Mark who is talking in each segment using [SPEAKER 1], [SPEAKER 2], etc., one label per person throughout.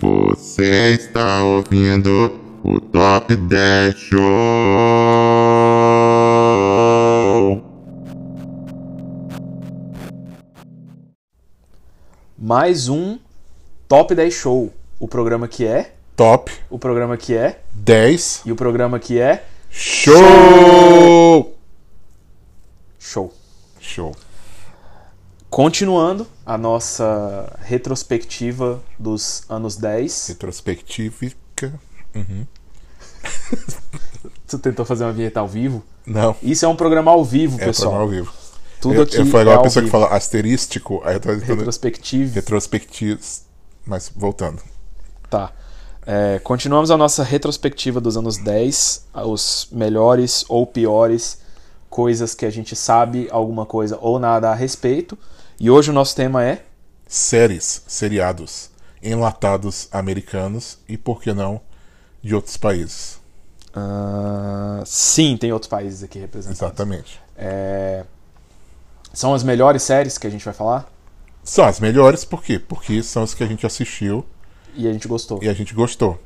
[SPEAKER 1] Você está ouvindo o Top 10 Show.
[SPEAKER 2] Mais um Top 10 Show. O programa que é,
[SPEAKER 3] Top
[SPEAKER 2] o programa que é
[SPEAKER 3] 10
[SPEAKER 2] e o programa que é
[SPEAKER 3] Show!
[SPEAKER 2] show.
[SPEAKER 3] Show.
[SPEAKER 2] Continuando a nossa retrospectiva dos anos 10.
[SPEAKER 3] Retrospectífica.
[SPEAKER 2] Tu tentou fazer uma vinheta ao vivo?
[SPEAKER 3] Não,
[SPEAKER 2] Isso é um programa ao vivo,
[SPEAKER 3] é
[SPEAKER 2] pessoal.
[SPEAKER 3] programa ao vivo.
[SPEAKER 2] Tudo
[SPEAKER 3] eu,
[SPEAKER 2] aqui
[SPEAKER 3] eu fui
[SPEAKER 2] é
[SPEAKER 3] igual
[SPEAKER 2] ao
[SPEAKER 3] a pessoa que
[SPEAKER 2] vivo.
[SPEAKER 3] fala asterístico, aí eu tava
[SPEAKER 2] né?
[SPEAKER 3] tentando
[SPEAKER 2] Retrospectiva.
[SPEAKER 3] retrospectivos. Mas voltando.
[SPEAKER 2] Tá. É, continuamos a nossa retrospectiva dos anos 10, os melhores ou piores coisas que a gente sabe alguma coisa ou nada a respeito. E hoje o nosso tema é
[SPEAKER 3] Séries, seriados, enlatados americanos e, por que não, de outros países.
[SPEAKER 2] ah, sim, tem outros países aqui representados.
[SPEAKER 3] Exatamente.
[SPEAKER 2] É, são as melhores séries que a gente vai falar
[SPEAKER 3] São as melhores, por quê? Porque são as que a gente assistiu
[SPEAKER 2] e a gente gostou.
[SPEAKER 3] e a gente gostou.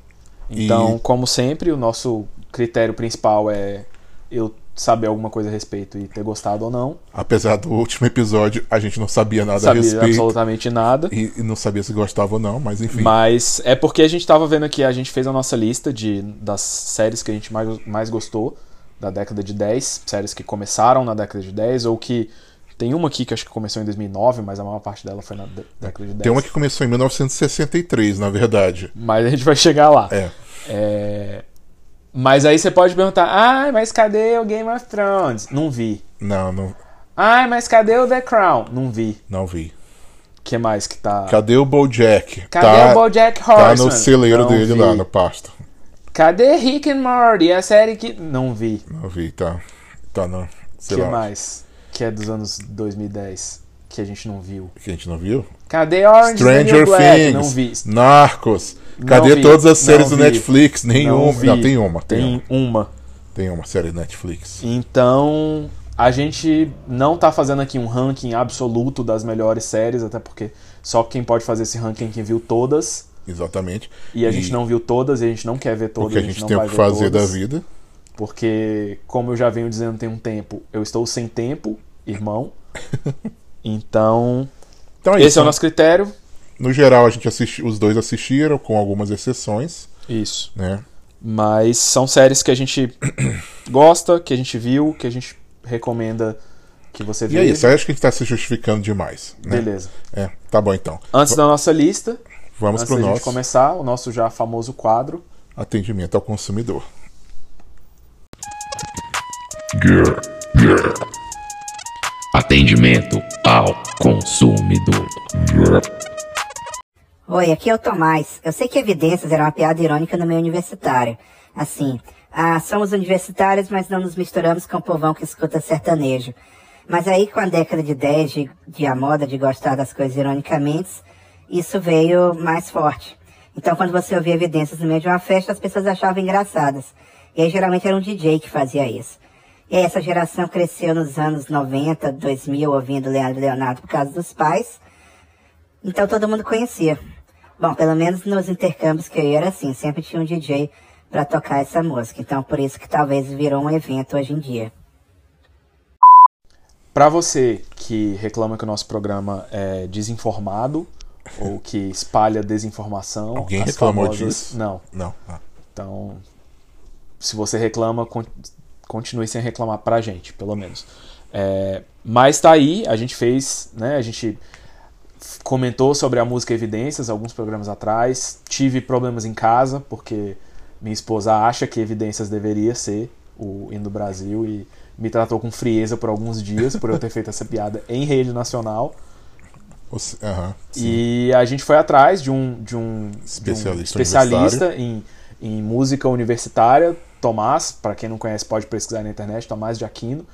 [SPEAKER 3] E-
[SPEAKER 2] Então, como sempre, o nosso critério principal é eu saber alguma coisa a respeito e ter gostado ou não.
[SPEAKER 3] Apesar do último episódio, a gente não sabia nada
[SPEAKER 2] Saber
[SPEAKER 3] a respeito.
[SPEAKER 2] absolutamente nada.
[SPEAKER 3] E, e não sabia se gostava ou não, mas enfim.
[SPEAKER 2] Mas é porque a gente tava vendo aqui, a gente fez a nossa lista de, das séries que a gente mais, mais gostou da década de 10, séries que começaram na década de 10, ou que. Tem uma aqui que acho que começou em 2009, mas a maior parte dela foi na dé- década de 10.
[SPEAKER 3] Tem uma que começou em 1963, na verdade.
[SPEAKER 2] Mas a gente vai chegar lá.
[SPEAKER 3] É.
[SPEAKER 2] É, Mas aí você pode perguntar: ai, mas cadê o Game of Thrones? Não vi.
[SPEAKER 3] Não, não,
[SPEAKER 2] Ai, mas cadê o The Crown? Não vi.
[SPEAKER 3] não vi.
[SPEAKER 2] O que mais que tá.
[SPEAKER 3] Cadê o Bojack?
[SPEAKER 2] Cadê o Bojack
[SPEAKER 3] Tá
[SPEAKER 2] Horseman?
[SPEAKER 3] no celeiro
[SPEAKER 2] Não
[SPEAKER 3] dele
[SPEAKER 2] vi.
[SPEAKER 3] lá, no pasto.
[SPEAKER 2] Cadê Rick and Morty? A série que. Não vi.
[SPEAKER 3] Não vi, tá. Tá no. Sei
[SPEAKER 2] que
[SPEAKER 3] lá.
[SPEAKER 2] mais que é dos anos 2010 que a gente não viu?
[SPEAKER 3] Que a gente não viu?
[SPEAKER 2] Cadê Orange
[SPEAKER 3] Stranger
[SPEAKER 2] is the New Black?
[SPEAKER 3] Things.
[SPEAKER 2] Não vi.
[SPEAKER 3] Narcos.
[SPEAKER 2] Não
[SPEAKER 3] Cadê
[SPEAKER 2] vi,
[SPEAKER 3] todas as
[SPEAKER 2] não
[SPEAKER 3] séries do
[SPEAKER 2] vi,
[SPEAKER 3] Netflix? Nenhuma.
[SPEAKER 2] vi.
[SPEAKER 3] Não, tem uma. Tem,
[SPEAKER 2] Tem
[SPEAKER 3] uma.
[SPEAKER 2] uma.
[SPEAKER 3] Tem uma série do Netflix.
[SPEAKER 2] Então, a gente não tá fazendo aqui um ranking absoluto das melhores séries, até porque só quem pode fazer esse ranking é quem viu todas.
[SPEAKER 3] Exatamente.
[SPEAKER 2] E a gente não viu todas e a gente não quer ver todas.
[SPEAKER 3] Porque a gente
[SPEAKER 2] não
[SPEAKER 3] tem o
[SPEAKER 2] vai
[SPEAKER 3] que
[SPEAKER 2] ver
[SPEAKER 3] fazer da
[SPEAKER 2] todas.
[SPEAKER 3] vida.
[SPEAKER 2] Porque, como eu já venho dizendo tem um tempo, eu estou sem tempo, irmão. Então,
[SPEAKER 3] Então é
[SPEAKER 2] esse
[SPEAKER 3] isso.
[SPEAKER 2] é o
[SPEAKER 3] né?
[SPEAKER 2] nosso critério.
[SPEAKER 3] No geral, a gente assisti... os dois assistiram, com algumas exceções,
[SPEAKER 2] Isso.
[SPEAKER 3] né?
[SPEAKER 2] Mas são séries que a gente gosta, que a gente viu, que a gente recomenda que você
[SPEAKER 3] E
[SPEAKER 2] veja.
[SPEAKER 3] é isso. Aí acho que a gente tá se justificando demais. Né?
[SPEAKER 2] Beleza.
[SPEAKER 3] É, tá bom então.
[SPEAKER 2] Antes da nossa lista,
[SPEAKER 3] Vamos
[SPEAKER 2] antes
[SPEAKER 3] pro
[SPEAKER 2] da gente
[SPEAKER 3] nosso
[SPEAKER 2] começar, o nosso já famoso quadro.
[SPEAKER 3] atendimento ao consumidor.
[SPEAKER 4] Grr, grr. Atendimento ao consumidor. Grr.
[SPEAKER 5] Oi, aqui é o Tomás. Eu sei que evidências era uma piada irônica no meio universitário. Assim, ah, somos universitários, mas não nos misturamos com o povão que escuta sertanejo. Mas aí, com a década de 10, de, de a moda de gostar das coisas ironicamente, isso veio mais forte. Então, quando você ouvia evidências no meio de uma festa, as pessoas achavam engraçadas. E aí, geralmente, era um DJ que fazia isso. E aí, essa geração cresceu nos anos 90, 2000, ouvindo Leandro e Leonardo por causa dos pais. Então todo mundo conhecia. Bom, pelo menos nos intercâmbios que eu ia era assim, sempre tinha um DJ pra tocar essa música. Então por isso que talvez virou um evento hoje em dia.
[SPEAKER 2] Pra você que reclama que o nosso programa é desinformado ou que espalha desinformação,
[SPEAKER 3] Alguém
[SPEAKER 2] as
[SPEAKER 3] reclamou
[SPEAKER 2] famosas-
[SPEAKER 3] disso?
[SPEAKER 2] Não.
[SPEAKER 3] Não. Ah,
[SPEAKER 2] Então, se você reclama, con- continue sem reclamar pra gente, pelo menos. É, mas tá aí, a gente fez, né? A gente f- comentou sobre a música Evidências alguns programas atrás. Tive problemas em casa, porque minha esposa acha que Evidências deveria ser o hino do Brasil e me tratou com frieza por alguns dias por eu ter feito essa piada em rede nacional.
[SPEAKER 3] você- aham, sim.
[SPEAKER 2] E a gente foi atrás de um, de um de um
[SPEAKER 3] Especialista
[SPEAKER 2] especialista em, em música universitária, Tomás, para quem não conhece pode pesquisar na internet, Tomás de Aquino.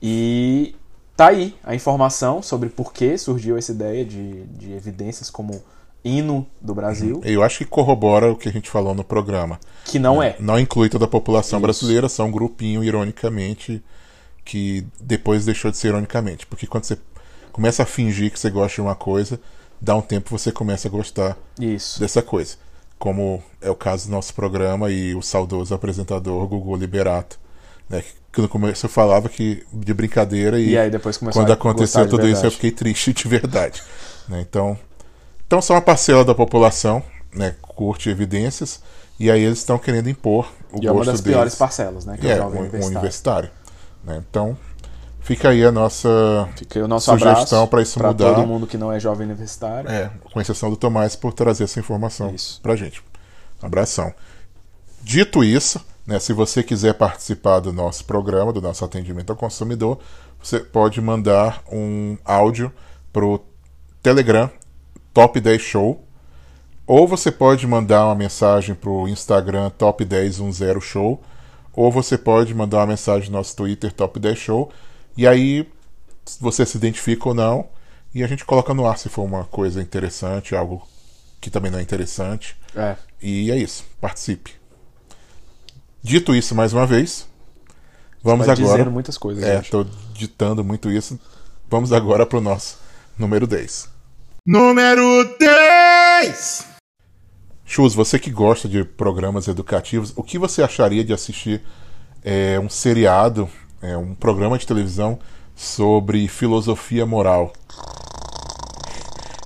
[SPEAKER 2] E tá aí a informação sobre por que surgiu essa ideia de, de evidências como hino do Brasil,
[SPEAKER 3] Eu acho que corrobora o que a gente falou no programa.
[SPEAKER 2] que não é.
[SPEAKER 3] Não inclui toda a população brasileira, só um grupinho, ironicamente, que depois deixou de ser ironicamente. Porque quando você começa a fingir que você gosta de uma coisa, dá um tempo você começa a gostar
[SPEAKER 2] Isso.
[SPEAKER 3] dessa coisa. Como é o caso do nosso programa e o saudoso apresentador Gugu Liberato. Né? Que no começo eu falava que de brincadeira e,
[SPEAKER 2] E aí depois começou
[SPEAKER 3] quando
[SPEAKER 2] a gostar
[SPEAKER 3] aconteceu
[SPEAKER 2] de
[SPEAKER 3] tudo isso eu
[SPEAKER 2] verdade.
[SPEAKER 3] fiquei triste de verdade. né? Então, então só uma parcela da população né, curte evidências e aí eles estão querendo impor o
[SPEAKER 2] E
[SPEAKER 3] gosto
[SPEAKER 2] é uma das
[SPEAKER 3] deles.
[SPEAKER 2] piores parcelas, né? Que é, o
[SPEAKER 3] é,
[SPEAKER 2] jovem
[SPEAKER 3] um, um
[SPEAKER 2] universitário.
[SPEAKER 3] universitário. né? Então fica aí a nossa
[SPEAKER 2] Fica aí o nosso
[SPEAKER 3] Sugestão
[SPEAKER 2] abraço
[SPEAKER 3] pra isso
[SPEAKER 2] pra
[SPEAKER 3] mudar.
[SPEAKER 2] todo mundo que não é jovem universitário.
[SPEAKER 3] É, com exceção do Tomás por trazer essa informação
[SPEAKER 2] Isso.
[SPEAKER 3] pra gente. Abração. Dito isso, né, se você quiser participar do nosso programa, do nosso atendimento ao consumidor, você pode mandar um áudio pro Telegram Top 10 Show ou você pode mandar uma mensagem pro Instagram Top 1010 Show ou você pode mandar uma mensagem no nosso Twitter Top 10 Show e aí você se identifica ou não e a gente coloca no ar se for uma coisa interessante, algo que também não é interessante.
[SPEAKER 2] É.
[SPEAKER 3] E é isso. Participe. Dito isso mais uma vez, vamos
[SPEAKER 2] Vai
[SPEAKER 3] agora.
[SPEAKER 2] dizendo muitas coisas, né?
[SPEAKER 3] é,
[SPEAKER 2] gente.
[SPEAKER 3] tô ditando muito isso. Vamos agora pro nosso número 10.
[SPEAKER 1] Número 10!
[SPEAKER 3] Chus, você que gosta de programas educativos, o que você acharia de assistir é, um seriado, é, um programa de televisão sobre filosofia moral?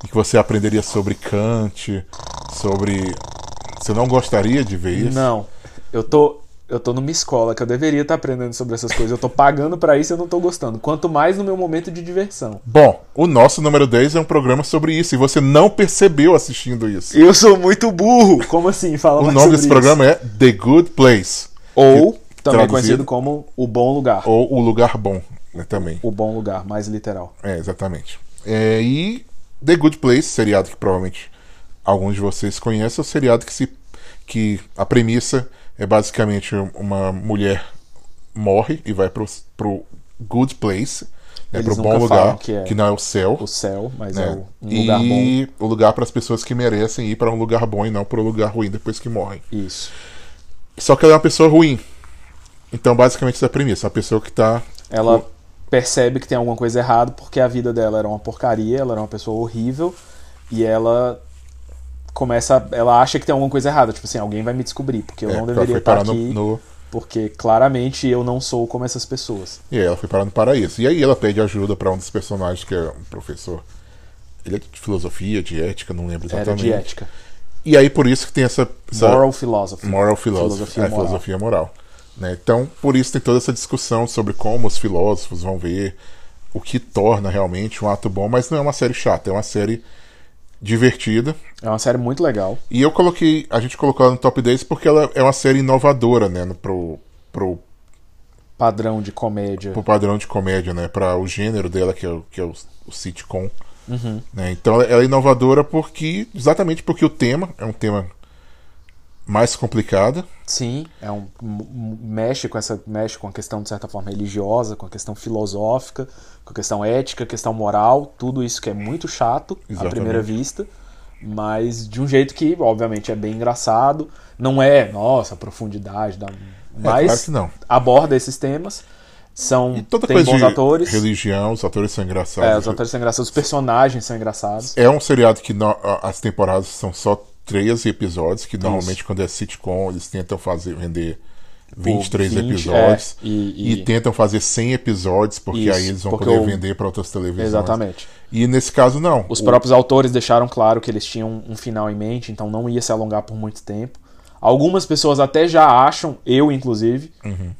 [SPEAKER 3] E que você aprenderia sobre Kant, sobre. Você não gostaria de ver isso?
[SPEAKER 2] Não. Eu tô, eu tô numa escola que eu deveria estar aprendendo sobre essas coisas. Eu tô pagando pra isso e eu não tô gostando. Quanto mais no meu momento de diversão.
[SPEAKER 3] Bom, o nosso número 10 é um programa sobre isso e você não percebeu assistindo isso.
[SPEAKER 2] Eu sou muito burro! Como assim? Fala
[SPEAKER 3] O
[SPEAKER 2] mais
[SPEAKER 3] nome
[SPEAKER 2] sobre
[SPEAKER 3] desse
[SPEAKER 2] isso.
[SPEAKER 3] programa é The Good Place
[SPEAKER 2] Ou, também
[SPEAKER 3] traduzido-
[SPEAKER 2] conhecido como O Bom Lugar.
[SPEAKER 3] ou O Lugar Bom, né, também.
[SPEAKER 2] O Bom Lugar, mais literal.
[SPEAKER 3] É, exatamente. É, e The Good Place, seriado que provavelmente alguns de vocês conhecem, é o seriado que se que a premissa é basicamente uma mulher morre e vai pro, pro Good Place, né,
[SPEAKER 2] Eles
[SPEAKER 3] pro bom
[SPEAKER 2] nunca
[SPEAKER 3] lugar,
[SPEAKER 2] falam que é
[SPEAKER 3] não é o céu.
[SPEAKER 2] O céu, mas
[SPEAKER 3] né,
[SPEAKER 2] é, o- um lugar bom.
[SPEAKER 3] e o lugar para as pessoas que merecem ir para um lugar bom e não para um lugar ruim depois que morrem.
[SPEAKER 2] Isso.
[SPEAKER 3] Só que ela é uma pessoa ruim. Então, basicamente, essa é a premissa. A pessoa que tá
[SPEAKER 2] Ela percebe que tem alguma coisa errada porque a vida dela era uma porcaria, ela era uma pessoa horrível e ela começa, ela acha que tem alguma coisa errada, tipo assim, alguém vai me descobrir porque eu
[SPEAKER 3] é,
[SPEAKER 2] não
[SPEAKER 3] porque ela
[SPEAKER 2] deveria
[SPEAKER 3] foi
[SPEAKER 2] estar
[SPEAKER 3] parar
[SPEAKER 2] aqui,
[SPEAKER 3] no- no,
[SPEAKER 2] porque claramente eu não sou como essas pessoas.
[SPEAKER 3] E aí ela foi parar no paraíso. E aí ela pede ajuda pra um dos personagens, que é um professor. Ele é de filosofia, de ética, não lembro exatamente.
[SPEAKER 2] Era de ética.
[SPEAKER 3] E aí por isso que tem essa. essa
[SPEAKER 2] Moral philosophy.
[SPEAKER 3] moral philosophy.
[SPEAKER 2] Filosofia
[SPEAKER 3] é,
[SPEAKER 2] moral.
[SPEAKER 3] filosofia moral. Né? Então, por isso tem toda essa discussão sobre como os filósofos vão ver o que torna realmente um ato bom, mas não é uma série chata, é uma série divertida.
[SPEAKER 2] É uma série muito legal.
[SPEAKER 3] E eu coloquei. A gente colocou ela no top 10 porque ela é uma série inovadora, né? no- Pro, pro
[SPEAKER 2] Padrão de comédia.
[SPEAKER 3] pro padrão de comédia, né? Pra o gênero dela, que é o, que é o, o sitcom.
[SPEAKER 2] Uhum.
[SPEAKER 3] Né? Então ela é inovadora porque. Exatamente porque o tema é um tema mais complicado.
[SPEAKER 2] Sim, é um m- m- mexe com essa mexe com a questão de certa forma religiosa, com a questão filosófica, com a questão ética, questão moral, tudo isso que é muito chato à
[SPEAKER 3] Exatamente.
[SPEAKER 2] primeira vista, mas de um jeito que obviamente é bem engraçado, não é, nossa, profundidade, dá, mas
[SPEAKER 3] É, claro que não.
[SPEAKER 2] aborda esses temas, são
[SPEAKER 3] E toda
[SPEAKER 2] tem
[SPEAKER 3] coisa
[SPEAKER 2] bons
[SPEAKER 3] de
[SPEAKER 2] atores,
[SPEAKER 3] religião, os atores são engraçados.
[SPEAKER 2] é, os atores são engraçados, os personagens são engraçados.
[SPEAKER 3] É um seriado que no- a- as temporadas são só 13 episódios, que normalmente quando é sitcom eles tentam fazer render 23
[SPEAKER 2] 20,
[SPEAKER 3] episódios.
[SPEAKER 2] é, e- e-
[SPEAKER 3] tentam fazer 100 episódios, porque
[SPEAKER 2] Isso,
[SPEAKER 3] aí eles vão
[SPEAKER 2] porque
[SPEAKER 3] poder
[SPEAKER 2] o-
[SPEAKER 3] vender para outras televisões.
[SPEAKER 2] Exatamente.
[SPEAKER 3] E nesse caso, não.
[SPEAKER 2] Os
[SPEAKER 3] O-
[SPEAKER 2] próprios autores deixaram claro que eles tinham um final em mente, então não ia se alongar por muito tempo. Algumas pessoas até já acham, eu inclusive,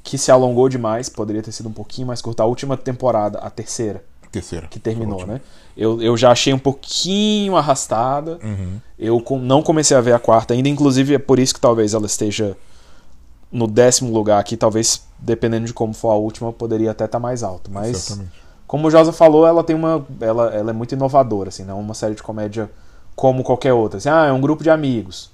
[SPEAKER 2] que se alongou demais, poderia ter sido um pouquinho mais curta. A última temporada, a terceira,
[SPEAKER 3] Terceira.
[SPEAKER 2] que terminou, né? Eu, eu já achei um pouquinho arrastada. Eu com- não comecei a ver a quarta ainda, inclusive é por isso que talvez ela esteja no décimo lugar aqui. Talvez, dependendo de como for a última, poderia até estar mais alto. Mas,
[SPEAKER 3] Exatamente.
[SPEAKER 2] como o Josa falou, ela tem uma. Ela, ela é muito inovadora, assim, não é uma série de comédia como qualquer outra. Assim, ah, é um grupo de amigos.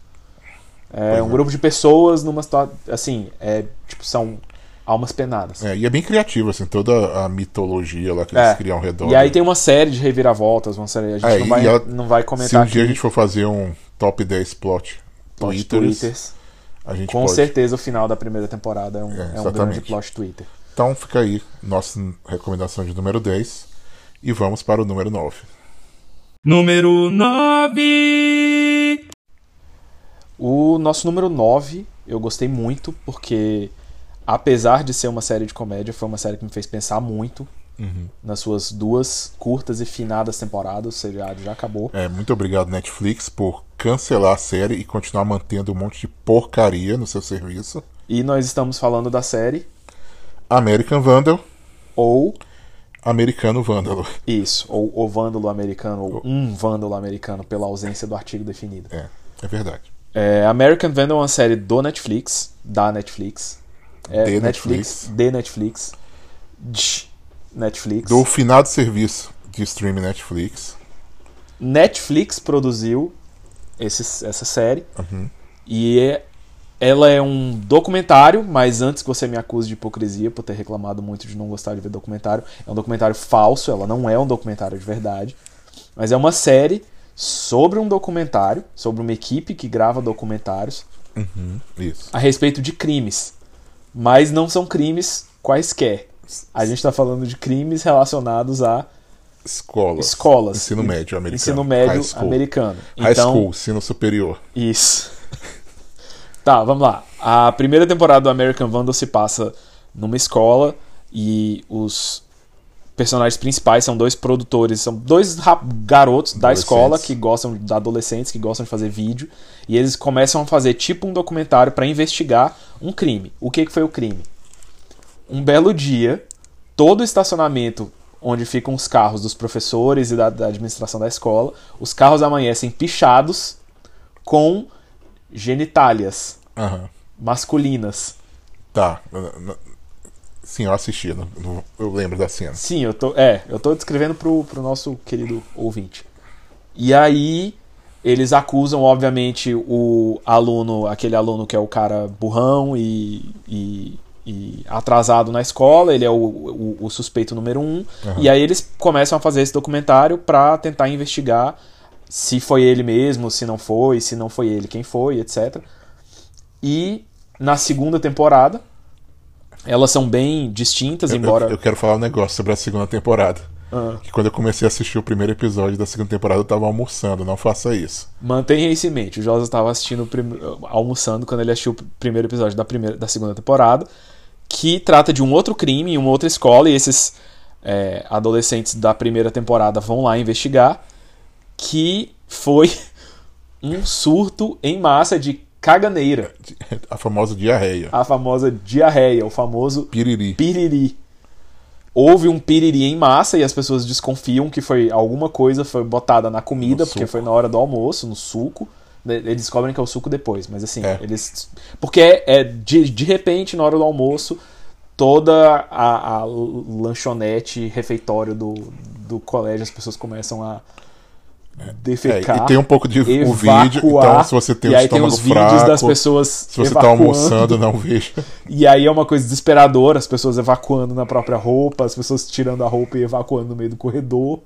[SPEAKER 2] É um grupo de pessoas numa situação. Assim, é, tipo, são almas penadas.
[SPEAKER 3] É, e é bem criativo, assim, toda a mitologia lá que
[SPEAKER 2] né? É.
[SPEAKER 3] eles criam ao redor. né?
[SPEAKER 2] E aí tem uma série de reviravoltas, uma série. A gente
[SPEAKER 3] É,
[SPEAKER 2] não,
[SPEAKER 3] e
[SPEAKER 2] vai,
[SPEAKER 3] ela-
[SPEAKER 2] não vai
[SPEAKER 3] Se um
[SPEAKER 2] comentar
[SPEAKER 3] dia a
[SPEAKER 2] aqui.
[SPEAKER 3] gente for fazer um top 10 plot,
[SPEAKER 2] plot
[SPEAKER 3] Twitters,
[SPEAKER 2] twitters.
[SPEAKER 3] a gente
[SPEAKER 2] Com
[SPEAKER 3] pode.
[SPEAKER 2] certeza o final da primeira temporada é um,
[SPEAKER 3] É,
[SPEAKER 2] é um
[SPEAKER 3] exatamente.
[SPEAKER 2] grande plot Twitter.
[SPEAKER 3] Então fica aí nossa recomendação de número 10. E vamos para o número 9.
[SPEAKER 6] Número 9.
[SPEAKER 2] O nosso número 9 eu gostei muito, porque apesar de ser uma série de comédia, foi uma série que me fez pensar muito
[SPEAKER 3] Uhum.
[SPEAKER 2] nas suas duas curtas e finadas temporadas. O seriado já acabou.
[SPEAKER 3] É, muito obrigado, Netflix, por cancelar a série e continuar mantendo um monte de porcaria no seu serviço.
[SPEAKER 2] E nós estamos falando da série
[SPEAKER 3] American Vandal,
[SPEAKER 2] Ou
[SPEAKER 3] Americano Vândalo.
[SPEAKER 2] Isso, ou o vândalo americano, ou um vândalo americano, pela ausência do artigo definido.
[SPEAKER 3] É, é verdade.
[SPEAKER 2] É, American Vandal é uma série do Netflix, da Netflix. É,
[SPEAKER 3] De
[SPEAKER 2] Netflix, de Netflix, de Netflix.
[SPEAKER 3] Do finado serviço de streaming Netflix.
[SPEAKER 2] Netflix produziu esse- essa série.
[SPEAKER 3] Uhum.
[SPEAKER 2] E é- ela é um documentário, mas antes que você me acuse de hipocrisia por ter reclamado muito de não gostar de ver documentário, é um documentário falso, ela não é um documentário de verdade. Mas é uma série sobre um documentário, sobre uma equipe que grava documentários Uhum.
[SPEAKER 3] Isso.
[SPEAKER 2] a respeito de crimes. Mas não são crimes quaisquer. A gente está falando de crimes relacionados a
[SPEAKER 3] Escolas.
[SPEAKER 2] escolas.
[SPEAKER 3] Ensino médio americano.
[SPEAKER 2] Ensino médio
[SPEAKER 3] High school.
[SPEAKER 2] americano. Então,
[SPEAKER 3] High school, ensino superior.
[SPEAKER 2] Isso. tá, vamos lá. A primeira temporada do American Vandal se passa numa escola e os personagens principais são dois produtores, são dois rap- garotos da
[SPEAKER 3] Adolescentes.
[SPEAKER 2] escola que gostam de adolescentes que gostam de fazer vídeo e eles começam a fazer tipo um documentário pra investigar um crime. O que que foi o crime? Um belo dia, todo o estacionamento onde ficam os carros dos professores e da, da administração da escola, os carros amanhecem pichados com genitálias
[SPEAKER 3] Aham.
[SPEAKER 2] masculinas.
[SPEAKER 3] Tá. Sim, eu assisti. não- não- Eu lembro da cena.
[SPEAKER 2] Sim, eu tô. É, eu tô descrevendo pro, pro nosso querido ouvinte. E aí, eles acusam, obviamente, o aluno, aquele aluno que é o cara burrão e. e- e atrasado na escola, ele é o, o- o suspeito número um. E aí eles começam a fazer esse documentário pra tentar investigar se foi ele mesmo, se não foi, se não foi ele, quem foi, etc. E na segunda temporada, elas são bem distintas,
[SPEAKER 3] Eu-
[SPEAKER 2] embora. Ah.
[SPEAKER 3] Eu, eu quero falar um negócio sobre a segunda temporada. Que quando eu comecei a assistir o primeiro episódio da segunda temporada, eu tava almoçando. Não faça isso.
[SPEAKER 2] Mantenha isso em mente. O Josa estava assistindo o prim- almoçando quando ele assistiu o primeiro episódio da primeira da segunda temporada, que trata de um outro crime em uma outra escola e esses é, adolescentes da primeira temporada vão lá investigar que foi um surto em massa de caganeira,
[SPEAKER 3] Di- A famosa diarreia.
[SPEAKER 2] a famosa diarreia, o famoso
[SPEAKER 3] Piriri.
[SPEAKER 2] piriri. Houve um piriri em massa e as pessoas desconfiam que foi alguma coisa foi botada na comida,
[SPEAKER 3] No
[SPEAKER 2] porque
[SPEAKER 3] suco.
[SPEAKER 2] foi na hora do almoço, no suco. Né, Eles descobrem que é o suco depois, mas assim,
[SPEAKER 3] É.
[SPEAKER 2] eles. Porque é, é de, de repente, na hora do almoço, toda a, a lanchonete, refeitório do, do colégio, as pessoas começam a
[SPEAKER 3] É,
[SPEAKER 2] defecar.
[SPEAKER 3] e tem um pouco de o
[SPEAKER 2] evacuar,
[SPEAKER 3] vídeo. Então, se você tem
[SPEAKER 2] e
[SPEAKER 3] o
[SPEAKER 2] aí tem
[SPEAKER 3] estômago
[SPEAKER 2] os vídeos
[SPEAKER 3] fraco,
[SPEAKER 2] das pessoas
[SPEAKER 3] se você tá
[SPEAKER 2] evacuando.
[SPEAKER 3] almoçando, não veja.
[SPEAKER 2] E aí é uma coisa desesperadora, as pessoas evacuando na própria roupa, as pessoas tirando a roupa e evacuando no meio do corredor.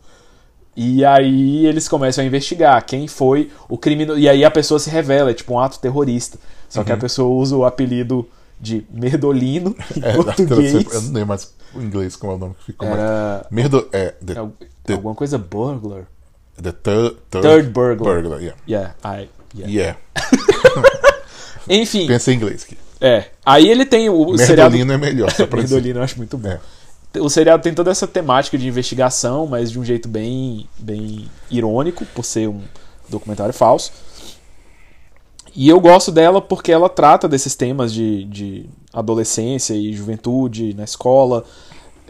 [SPEAKER 2] E aí eles começam a investigar quem foi o criminoso. E aí a pessoa se revela, é tipo um ato terrorista. Só
[SPEAKER 3] Uhum.
[SPEAKER 2] que a pessoa usa o apelido de Merdolino em
[SPEAKER 3] É, Eu
[SPEAKER 2] português.
[SPEAKER 3] não lembro mais o inglês como é o nome que ficou. mas-
[SPEAKER 2] Era
[SPEAKER 3] Merdo... É, the,
[SPEAKER 2] al- alguma coisa burglar.
[SPEAKER 3] the third,
[SPEAKER 2] Third burglar.
[SPEAKER 3] burglar, yeah.
[SPEAKER 2] Yeah, I- yeah.
[SPEAKER 3] Yeah.
[SPEAKER 2] Enfim,
[SPEAKER 3] Pensa em inglês aqui.
[SPEAKER 2] é. Aí ele tem o, o seriado
[SPEAKER 3] Merdolino é melhor. Só pra dizer.
[SPEAKER 2] Merdolino eu acho muito bom.
[SPEAKER 3] É.
[SPEAKER 2] O seriado tem toda essa temática de investigação, mas de um jeito bem, bem irônico, por ser um documentário falso. E eu gosto dela porque ela trata desses temas de, de adolescência e juventude na escola.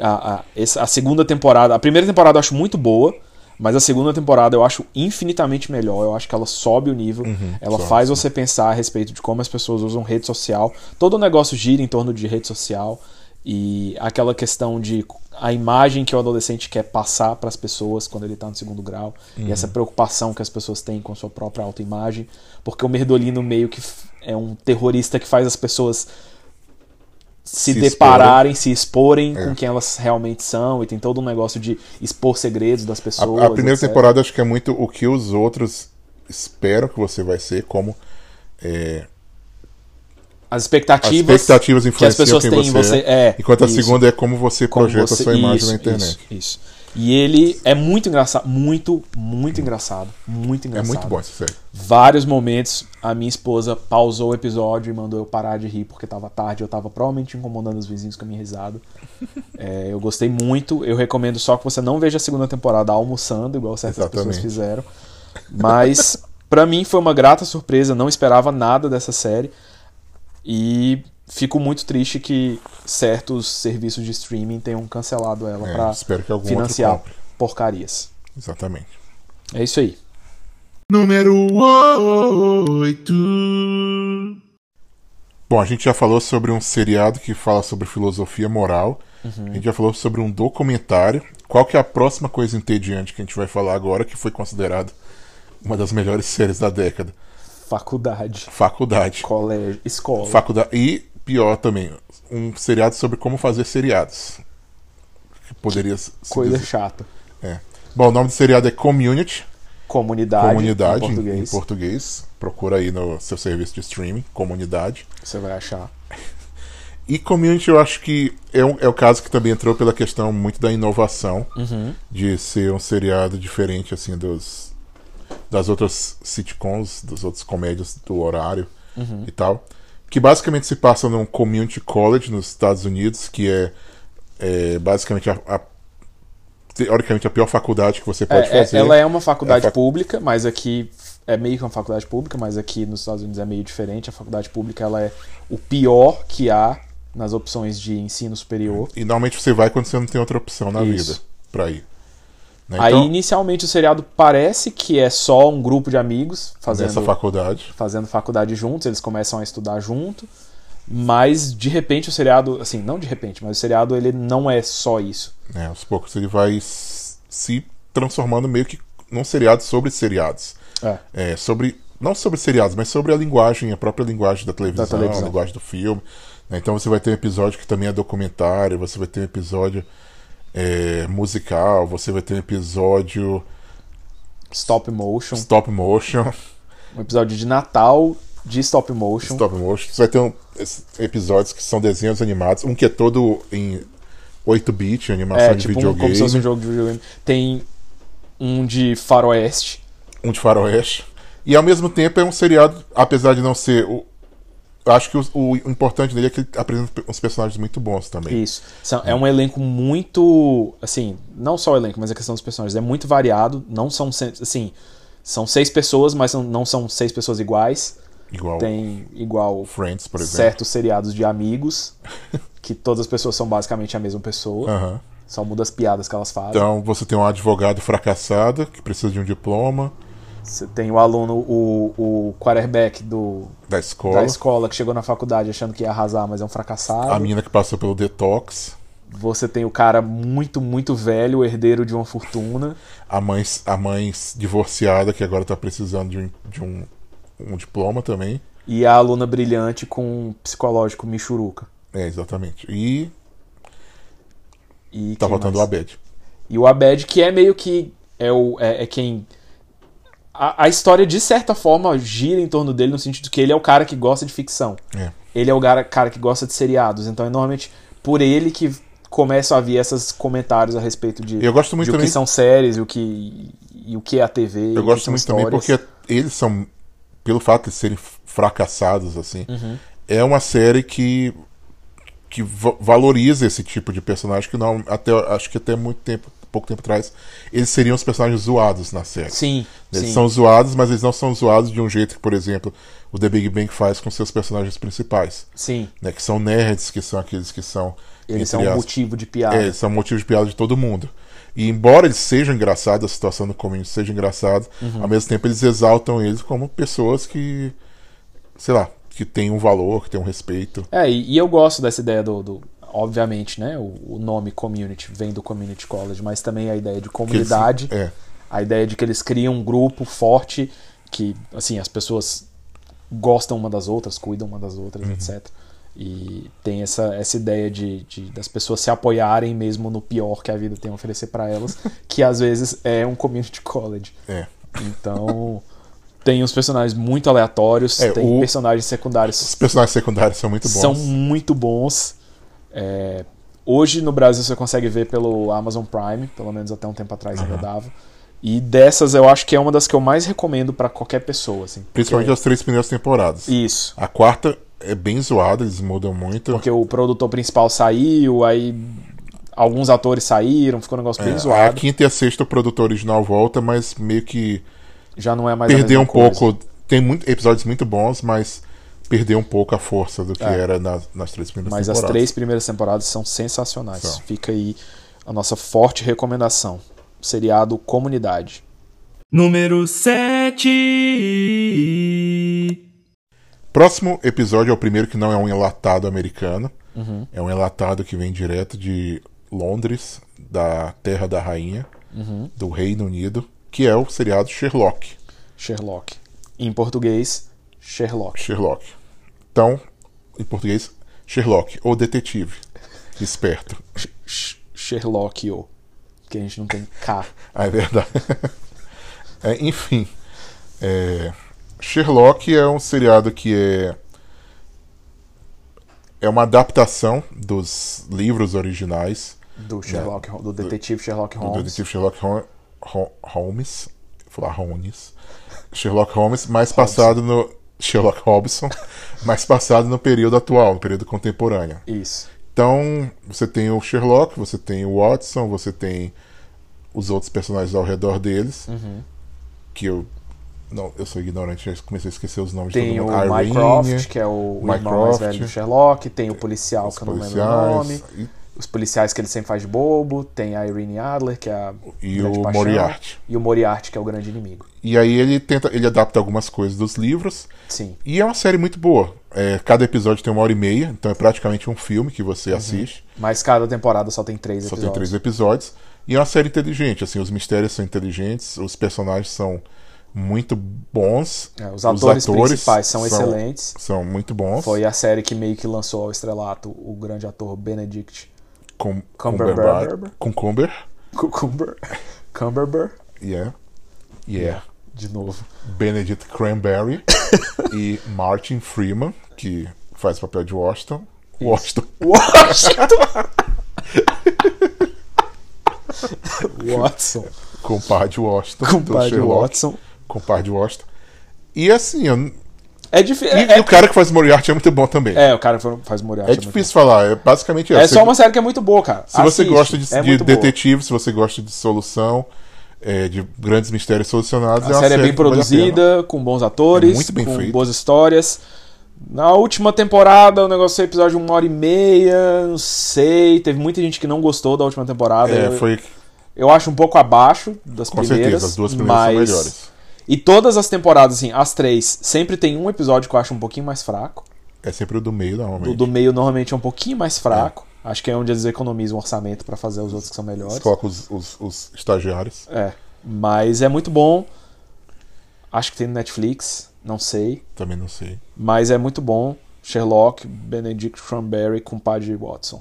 [SPEAKER 2] A, a- essa- a segunda temporada, a primeira temporada eu acho muito boa, mas a segunda temporada eu acho infinitamente melhor. Eu acho que ela sobe o nível, ela
[SPEAKER 3] sobe,
[SPEAKER 2] faz você pensar a respeito de como as pessoas usam rede social. Todo o negócio gira em torno de rede social e aquela questão de a imagem que o adolescente quer passar para as pessoas quando ele está no segundo grau e
[SPEAKER 3] Uhum.
[SPEAKER 2] essa preocupação que as pessoas têm com sua própria autoimagem, porque o Merdolino meio que f- é um terrorista que faz as pessoas se,
[SPEAKER 3] Se É.
[SPEAKER 2] depararem, se exporem com quem elas realmente são e tem todo um negócio de expor segredos das
[SPEAKER 3] A-
[SPEAKER 2] pessoas.
[SPEAKER 3] A, primeira
[SPEAKER 2] etc.
[SPEAKER 3] temporada acho que é muito o que os outros esperam que você vai ser, como
[SPEAKER 2] as
[SPEAKER 3] as
[SPEAKER 2] expectativas,
[SPEAKER 3] expectativas
[SPEAKER 2] que as
[SPEAKER 3] influenciam
[SPEAKER 2] pessoas
[SPEAKER 3] quem
[SPEAKER 2] têm em
[SPEAKER 3] você
[SPEAKER 2] você. É,
[SPEAKER 3] enquanto a
[SPEAKER 2] isso,
[SPEAKER 3] segunda é como você
[SPEAKER 2] como
[SPEAKER 3] projeta
[SPEAKER 2] você-
[SPEAKER 3] sua imagem
[SPEAKER 2] isso,
[SPEAKER 3] na internet.
[SPEAKER 2] Isso, isso. E ele é muito engraçado, muito, muito engraçado, muito
[SPEAKER 3] É
[SPEAKER 2] engraçado.
[SPEAKER 3] muito bom essa série.
[SPEAKER 2] Vários momentos a minha esposa pausou o episódio e mandou eu parar de rir porque tava tarde, eu tava provavelmente incomodando os vizinhos com a minha risada. É, eu gostei muito, eu recomendo só que você não veja a segunda temporada almoçando, igual certas
[SPEAKER 3] Exatamente.
[SPEAKER 2] pessoas fizeram. Mas pra mim foi uma grata surpresa, não esperava nada dessa série. E fico muito triste que certos serviços de streaming tenham cancelado ela
[SPEAKER 3] É,
[SPEAKER 2] pra
[SPEAKER 3] espero que algum outro
[SPEAKER 2] financiar
[SPEAKER 3] compre.
[SPEAKER 2] porcarias.
[SPEAKER 3] Exatamente.
[SPEAKER 2] É isso aí.
[SPEAKER 1] Número 8.
[SPEAKER 3] Bom, a gente já falou sobre um seriado que fala sobre filosofia moral. A gente já falou sobre um documentário. Qual que é a próxima coisa entediante que a gente vai falar agora, que foi considerado uma das melhores séries da década?
[SPEAKER 2] Faculdade,
[SPEAKER 3] Faculdade.
[SPEAKER 2] colégio, escola.
[SPEAKER 3] Faculdade. E pior também, um seriado sobre como fazer seriados. Que poderia se
[SPEAKER 2] Coisa
[SPEAKER 3] dizer-
[SPEAKER 2] chata.
[SPEAKER 3] É. Bom, o nome do seriado é Community.
[SPEAKER 2] Comunidade,
[SPEAKER 3] Comunidade
[SPEAKER 2] em
[SPEAKER 3] em
[SPEAKER 2] português.
[SPEAKER 3] em português. Procura aí no seu serviço de streaming, Comunidade.
[SPEAKER 2] Você vai achar.
[SPEAKER 3] E community eu acho que é, um- é o caso que também entrou pela questão muito da inovação,
[SPEAKER 2] Uhum.
[SPEAKER 3] de ser um seriado diferente assim dos das outras sitcoms, dos outros comédias do horário
[SPEAKER 2] Uhum.
[SPEAKER 3] e tal, que basicamente se passa num community college nos Estados Unidos, que é, é basicamente a, a- teoricamente a pior faculdade que você pode
[SPEAKER 2] É, é-
[SPEAKER 3] fazer.
[SPEAKER 2] ela é uma faculdade
[SPEAKER 3] É a fac-
[SPEAKER 2] pública, mas aqui é meio que uma faculdade pública, mas aqui nos Estados Unidos é meio diferente. A faculdade pública ela é o pior que há nas opções de ensino superior.
[SPEAKER 3] E normalmente você vai quando você não tem outra opção na
[SPEAKER 2] Isso.
[SPEAKER 3] vida pra ir. Né?
[SPEAKER 2] Aí inicialmente o seriado parece que é só um grupo de amigos
[SPEAKER 3] nessa
[SPEAKER 2] fazendo
[SPEAKER 3] faculdade.
[SPEAKER 2] fazendo faculdade juntos, eles começam a estudar junto, mas de repente o seriado, assim, não de repente, mas o seriado ele não é só isso.
[SPEAKER 3] né, aos poucos ele vai s- se transformando meio que num seriado sobre seriados.
[SPEAKER 2] É.
[SPEAKER 3] É, sobre não sobre seriados, mas sobre a linguagem, a própria linguagem da televisão,
[SPEAKER 2] Da televisão.
[SPEAKER 3] a linguagem do filme. né, Então você vai ter um episódio que também é documentário, você vai ter um episódio é, musical, você vai ter um episódio
[SPEAKER 2] Stop motion,
[SPEAKER 3] stop motion,
[SPEAKER 2] um episódio de Natal de stop motion.
[SPEAKER 3] stop motion. Você vai ter um- es- episódios que são desenhos animados, um que é todo em 8-bit, animação
[SPEAKER 2] É,
[SPEAKER 3] de
[SPEAKER 2] tipo um,
[SPEAKER 3] videogame,
[SPEAKER 2] como se fosse um jogo de videogame. Tem um de faroeste.
[SPEAKER 3] um de faroeste. E ao mesmo tempo é um seriado, apesar de não ser. O, acho que o, o importante dele é que ele apresenta uns personagens muito bons também.
[SPEAKER 2] Isso. São- É um elenco muito. Assim, não só o elenco, mas a questão dos personagens. É muito variado. Não são. se- Assim, são seis pessoas, mas não- não são seis pessoas iguais.
[SPEAKER 3] Igual
[SPEAKER 2] Tem igual
[SPEAKER 3] Friends, por exemplo.
[SPEAKER 2] certos seriados de amigos, que todas as pessoas são basicamente a mesma pessoa.
[SPEAKER 3] Aham.
[SPEAKER 2] Só muda as piadas que elas fazem.
[SPEAKER 3] Então você tem um advogado fracassado que precisa de um diploma
[SPEAKER 2] Você tem o aluno, o, o quarterback do,
[SPEAKER 3] da escola.
[SPEAKER 2] da escola que chegou na faculdade achando que ia arrasar, mas é um fracassado.
[SPEAKER 3] A menina que passou pelo detox.
[SPEAKER 2] Você tem o cara muito, muito velho, herdeiro de uma fortuna.
[SPEAKER 3] A mãe, a mãe divorciada que agora tá precisando de um, de um, um diploma também.
[SPEAKER 2] E a aluna brilhante com um psicológico Michuruca.
[SPEAKER 3] É, exatamente. E
[SPEAKER 2] E
[SPEAKER 3] tá
[SPEAKER 2] quem
[SPEAKER 3] voltando Tá o
[SPEAKER 2] mais?
[SPEAKER 3] Abed.
[SPEAKER 2] E o Abed, que é meio que. É, o, é, é quem. A, a história, de certa forma, gira em torno dele, no sentido que ele é o cara que gosta de ficção.
[SPEAKER 3] É.
[SPEAKER 2] Ele é o cara, cara que gosta de seriados. Então, é normalmente por ele que começam a vir esses comentários a respeito de,
[SPEAKER 3] Eu gosto muito
[SPEAKER 2] de o que
[SPEAKER 3] também-
[SPEAKER 2] são séries, e o que, e o que é a TV. e o
[SPEAKER 3] Eu
[SPEAKER 2] que
[SPEAKER 3] gosto
[SPEAKER 2] são
[SPEAKER 3] muito também
[SPEAKER 2] histórias.
[SPEAKER 3] porque eles são, pelo fato de serem fracassados, assim,
[SPEAKER 2] Uhum.
[SPEAKER 3] é uma série que, que va- valoriza esse tipo de personagem que não, até, acho que até muito tempo, pouco tempo atrás, eles seriam os personagens zoados na série.
[SPEAKER 2] Sim,
[SPEAKER 3] Eles
[SPEAKER 2] sim.
[SPEAKER 3] são zoados, mas eles não são zoados de um jeito que, por exemplo, o The Big Bang faz com seus personagens principais.
[SPEAKER 2] sim.
[SPEAKER 3] Né, que são nerds, que são aqueles que são.
[SPEAKER 2] Eles
[SPEAKER 3] entre
[SPEAKER 2] são um
[SPEAKER 3] aspas,
[SPEAKER 2] motivo de piada.
[SPEAKER 3] é, eles são motivo de piada de todo mundo. E embora eles sejam engraçados, a situação do community seja engraçada,
[SPEAKER 2] Uhum.
[SPEAKER 3] ao mesmo tempo eles exaltam eles como pessoas que, sei lá, que têm um valor, que têm um respeito.
[SPEAKER 2] É, e, e eu gosto dessa ideia do. do- obviamente, né? O, o nome community vem do community college, mas também a ideia de
[SPEAKER 3] Que eles-
[SPEAKER 2] comunidade.
[SPEAKER 3] é,
[SPEAKER 2] A ideia de que eles criam um grupo forte, que, assim, as pessoas gostam uma das outras, cuidam uma das
[SPEAKER 3] Uhum.
[SPEAKER 2] outras, etc. E tem essa, essa ideia de, de- das pessoas se apoiarem mesmo no pior que a vida tem a oferecer pra elas, que às vezes é um community college.
[SPEAKER 3] é.
[SPEAKER 2] Então. Tem uns personagens muito aleatórios,
[SPEAKER 3] É,
[SPEAKER 2] tem
[SPEAKER 3] o-
[SPEAKER 2] personagens secundários
[SPEAKER 3] Os personagens secundários são muito bons.
[SPEAKER 2] são muito bons. É, Hoje no Brasil você consegue ver pelo Amazon Prime, pelo menos até um tempo atrás ainda dava. E dessas eu acho que é uma das que eu mais recomendo pra qualquer pessoa, assim.
[SPEAKER 3] Principalmente as três primeiras temporadas.
[SPEAKER 2] Isso.
[SPEAKER 3] A quarta é bem zoada, eles mudam muito.
[SPEAKER 2] Porque o produtor principal saiu, aí alguns atores saíram, ficou um negócio bem
[SPEAKER 3] É, a
[SPEAKER 2] zoado.
[SPEAKER 3] quinta e a sexta o produto original volta, mas meio que
[SPEAKER 2] Já não é mais a
[SPEAKER 3] perdeu um
[SPEAKER 2] mesma coisa.
[SPEAKER 3] pouco. Tem muito, episódios muito bons, mas perdeu um pouco a força do que era nas, nas três primeiras
[SPEAKER 2] É. Mas as
[SPEAKER 3] temporadas.
[SPEAKER 2] três primeiras temporadas são sensacionais.
[SPEAKER 3] São.
[SPEAKER 2] Fica aí a nossa forte recomendação. Seriado Comunidade.
[SPEAKER 6] Número 7.
[SPEAKER 3] Próximo episódio é o primeiro que não é um enlatado americano.
[SPEAKER 2] Uhum.
[SPEAKER 3] É um enlatado que vem direto de Londres, da Terra da Rainha,
[SPEAKER 2] Uhum.
[SPEAKER 3] do Reino Unido, que é o seriado Sherlock.
[SPEAKER 2] Sherlock. Em português, Sherlock.
[SPEAKER 3] Sherlock. Então, em português, Sherlock, ou detetive. Esperto.
[SPEAKER 2] Sh- Sherlock, o. Que a gente não tem K.
[SPEAKER 3] Ah, é verdade. É, enfim. é, Sherlock é um seriado que é. É uma adaptação dos livros originais
[SPEAKER 2] Do Sherlock, Hol- do detetive Sherlock
[SPEAKER 3] É. do
[SPEAKER 2] Holmes.
[SPEAKER 3] detetive Sherlock Hol- Hol- Holmes. Vou falar Holmes. Sherlock Holmes, mais passado no. Sherlock Hobson, mais passado no período atual, no período contemporâneo.
[SPEAKER 2] Isso.
[SPEAKER 3] Então, você tem o Sherlock, você tem o Watson, você tem os outros personagens ao redor deles.
[SPEAKER 2] Uhum.
[SPEAKER 3] Que eu. Não, eu sou ignorante, já comecei a esquecer os nomes de
[SPEAKER 2] Tem
[SPEAKER 3] todo
[SPEAKER 2] o
[SPEAKER 3] mundo. Irene,
[SPEAKER 2] Mycroft, que é o, o irmão mais
[SPEAKER 3] Mycroft. é,
[SPEAKER 2] velho do Sherlock. Tem o policial,
[SPEAKER 3] os
[SPEAKER 2] que eu não lembro o nome.
[SPEAKER 3] policiais e-
[SPEAKER 2] Os policiais que ele sempre faz de bobo. Tem a Irene Adler, que é a.
[SPEAKER 3] E
[SPEAKER 2] grande
[SPEAKER 3] o
[SPEAKER 2] paixão.
[SPEAKER 3] Moriarty.
[SPEAKER 2] E o Moriarty, que é o grande inimigo.
[SPEAKER 3] E aí ele tenta. Ele adapta algumas coisas dos livros.
[SPEAKER 2] Sim.
[SPEAKER 3] E é uma série muito boa. É, cada episódio tem uma hora e meia, então é praticamente um filme que você
[SPEAKER 2] Uhum.
[SPEAKER 3] assiste.
[SPEAKER 2] Mas cada temporada só tem três
[SPEAKER 3] Só
[SPEAKER 2] episódios.
[SPEAKER 3] tem três episódios. E é uma série inteligente, assim, os mistérios são inteligentes, os personagens são muito bons.
[SPEAKER 2] É, os atores principais são excelentes.
[SPEAKER 3] São muito bons.
[SPEAKER 2] Foi a série que meio que lançou ao estrelato o grande ator Benedict
[SPEAKER 3] com
[SPEAKER 2] Cumberbatch.
[SPEAKER 3] Cumberbatch- Com Cumber.
[SPEAKER 2] Cucumber. Cumberbatch.
[SPEAKER 3] Yeah. Yeah.
[SPEAKER 2] De novo.
[SPEAKER 3] Benedict Cranberry e Martin Freeman, que faz o papel de Washington. Washington.
[SPEAKER 2] Watson.
[SPEAKER 3] Compadre Washington. do
[SPEAKER 2] Compadre
[SPEAKER 3] Sherlock.
[SPEAKER 2] Watson.
[SPEAKER 3] Compadre Washington. E assim, eu n-
[SPEAKER 2] É difícil.
[SPEAKER 3] E,
[SPEAKER 2] É,
[SPEAKER 3] e o cara que faz Moriarty é muito bom também. É,
[SPEAKER 2] é, o cara que faz Moriarty. muito
[SPEAKER 3] difícil falar, é basicamente
[SPEAKER 2] bom. É
[SPEAKER 3] isso.
[SPEAKER 2] só uma série que é muito boa, cara.
[SPEAKER 3] Se você
[SPEAKER 2] Assiste,
[SPEAKER 3] gosta de,
[SPEAKER 2] é
[SPEAKER 3] de
[SPEAKER 2] muito boa.
[SPEAKER 3] detetive, se você gosta de solução, é, de grandes mistérios solucionados,
[SPEAKER 2] A
[SPEAKER 3] é uma
[SPEAKER 2] série é bem
[SPEAKER 3] que vale a pena.
[SPEAKER 2] produzida, com bons atores,
[SPEAKER 3] É muito bem
[SPEAKER 2] com
[SPEAKER 3] feito.
[SPEAKER 2] boas histórias. Na última temporada, o negócio é episódio de uma hora e meia, não sei. Teve muita gente que não gostou da última temporada.
[SPEAKER 3] É,
[SPEAKER 2] Eu-
[SPEAKER 3] foi
[SPEAKER 2] Eu acho um pouco abaixo das
[SPEAKER 3] com
[SPEAKER 2] primeiras.
[SPEAKER 3] certeza, as duas primeiras
[SPEAKER 2] mas...
[SPEAKER 3] são melhores.
[SPEAKER 2] E todas as temporadas, assim, as três, sempre tem um episódio que eu acho um pouquinho mais fraco.
[SPEAKER 3] É sempre o do meio, normalmente.
[SPEAKER 2] O do meio normalmente é um pouquinho mais fraco. Acho que é onde eles economizam orçamento pra fazer os outros que são melhores.
[SPEAKER 3] Você coloca os, os- os estagiários.
[SPEAKER 2] É. Mas é muito bom. Acho que tem no Netflix, não sei.
[SPEAKER 3] Também não sei.
[SPEAKER 2] Mas é muito bom. Sherlock, Benedict Cronberry com Padre Watson.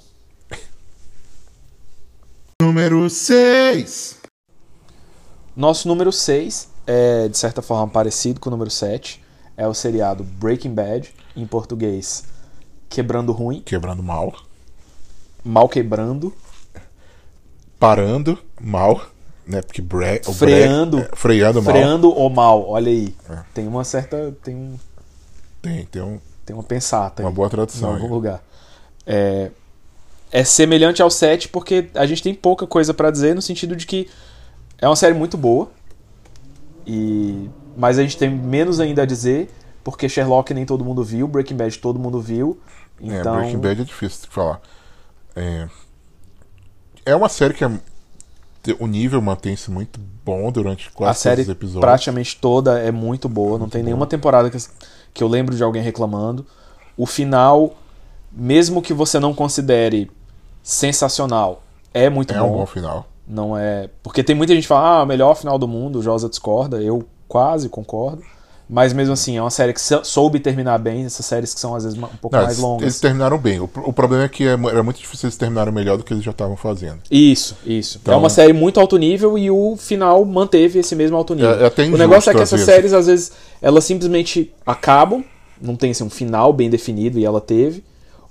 [SPEAKER 3] Número 6.
[SPEAKER 2] Nosso número 6 é, de certa forma, parecido com o número 7. É o seriado Breaking Bad, em português, Quebrando Ruim,
[SPEAKER 3] Quebrando mal.
[SPEAKER 2] Mal Quebrando,
[SPEAKER 3] Parando mal. Né? Porque bre... o bre-
[SPEAKER 2] Freando.
[SPEAKER 3] é, freando mal. É.
[SPEAKER 2] Freando ou Mal, olha aí. Tem uma certa. Tem, um,
[SPEAKER 3] Tem, tem um-
[SPEAKER 2] tem uma pensata.
[SPEAKER 3] uma
[SPEAKER 2] aí.
[SPEAKER 3] boa
[SPEAKER 2] em
[SPEAKER 3] tradução.
[SPEAKER 2] algum
[SPEAKER 3] aí.
[SPEAKER 2] lugar. É, é semelhante ao 7 porque a gente tem pouca coisa pra dizer no sentido de que é uma série muito boa. E mas a gente tem menos ainda a dizer porque Sherlock nem todo mundo viu, Breaking Bad todo mundo viu.
[SPEAKER 3] É,
[SPEAKER 2] Então,
[SPEAKER 3] Breaking Bad é difícil de falar. É, é uma série que é- te- o nível mantém-se muito bom durante quase
[SPEAKER 2] a série
[SPEAKER 3] todos os episódios.
[SPEAKER 2] praticamente toda é muito boa, não tem nenhuma temporada que, que eu lembro de alguém reclamando. O final, mesmo que você não considere sensacional, é muito
[SPEAKER 3] É um
[SPEAKER 2] bom.
[SPEAKER 3] bom final.
[SPEAKER 2] Não é. Porque tem muita gente que fala, ah, o melhor final do mundo, o Josa discorda, eu quase concordo. Mas mesmo assim, é uma série que sou- soube terminar bem, essas séries que são às vezes ma- um pouco
[SPEAKER 3] Não,
[SPEAKER 2] mais
[SPEAKER 3] eles, eles
[SPEAKER 2] longas.
[SPEAKER 3] terminaram bem. O, pro- o problema é que é mu- era muito difícil eles terminaram melhor do que eles já estavam fazendo.
[SPEAKER 2] Isso, isso.
[SPEAKER 3] Então-
[SPEAKER 2] É uma série muito alto nível e o final manteve esse mesmo alto nível.
[SPEAKER 3] É- é até
[SPEAKER 2] o
[SPEAKER 3] injusto,
[SPEAKER 2] negócio é que
[SPEAKER 3] às
[SPEAKER 2] essas
[SPEAKER 3] vezes.
[SPEAKER 2] séries, às vezes, elas simplesmente acabam, não tem assim, um final bem definido e ela teve,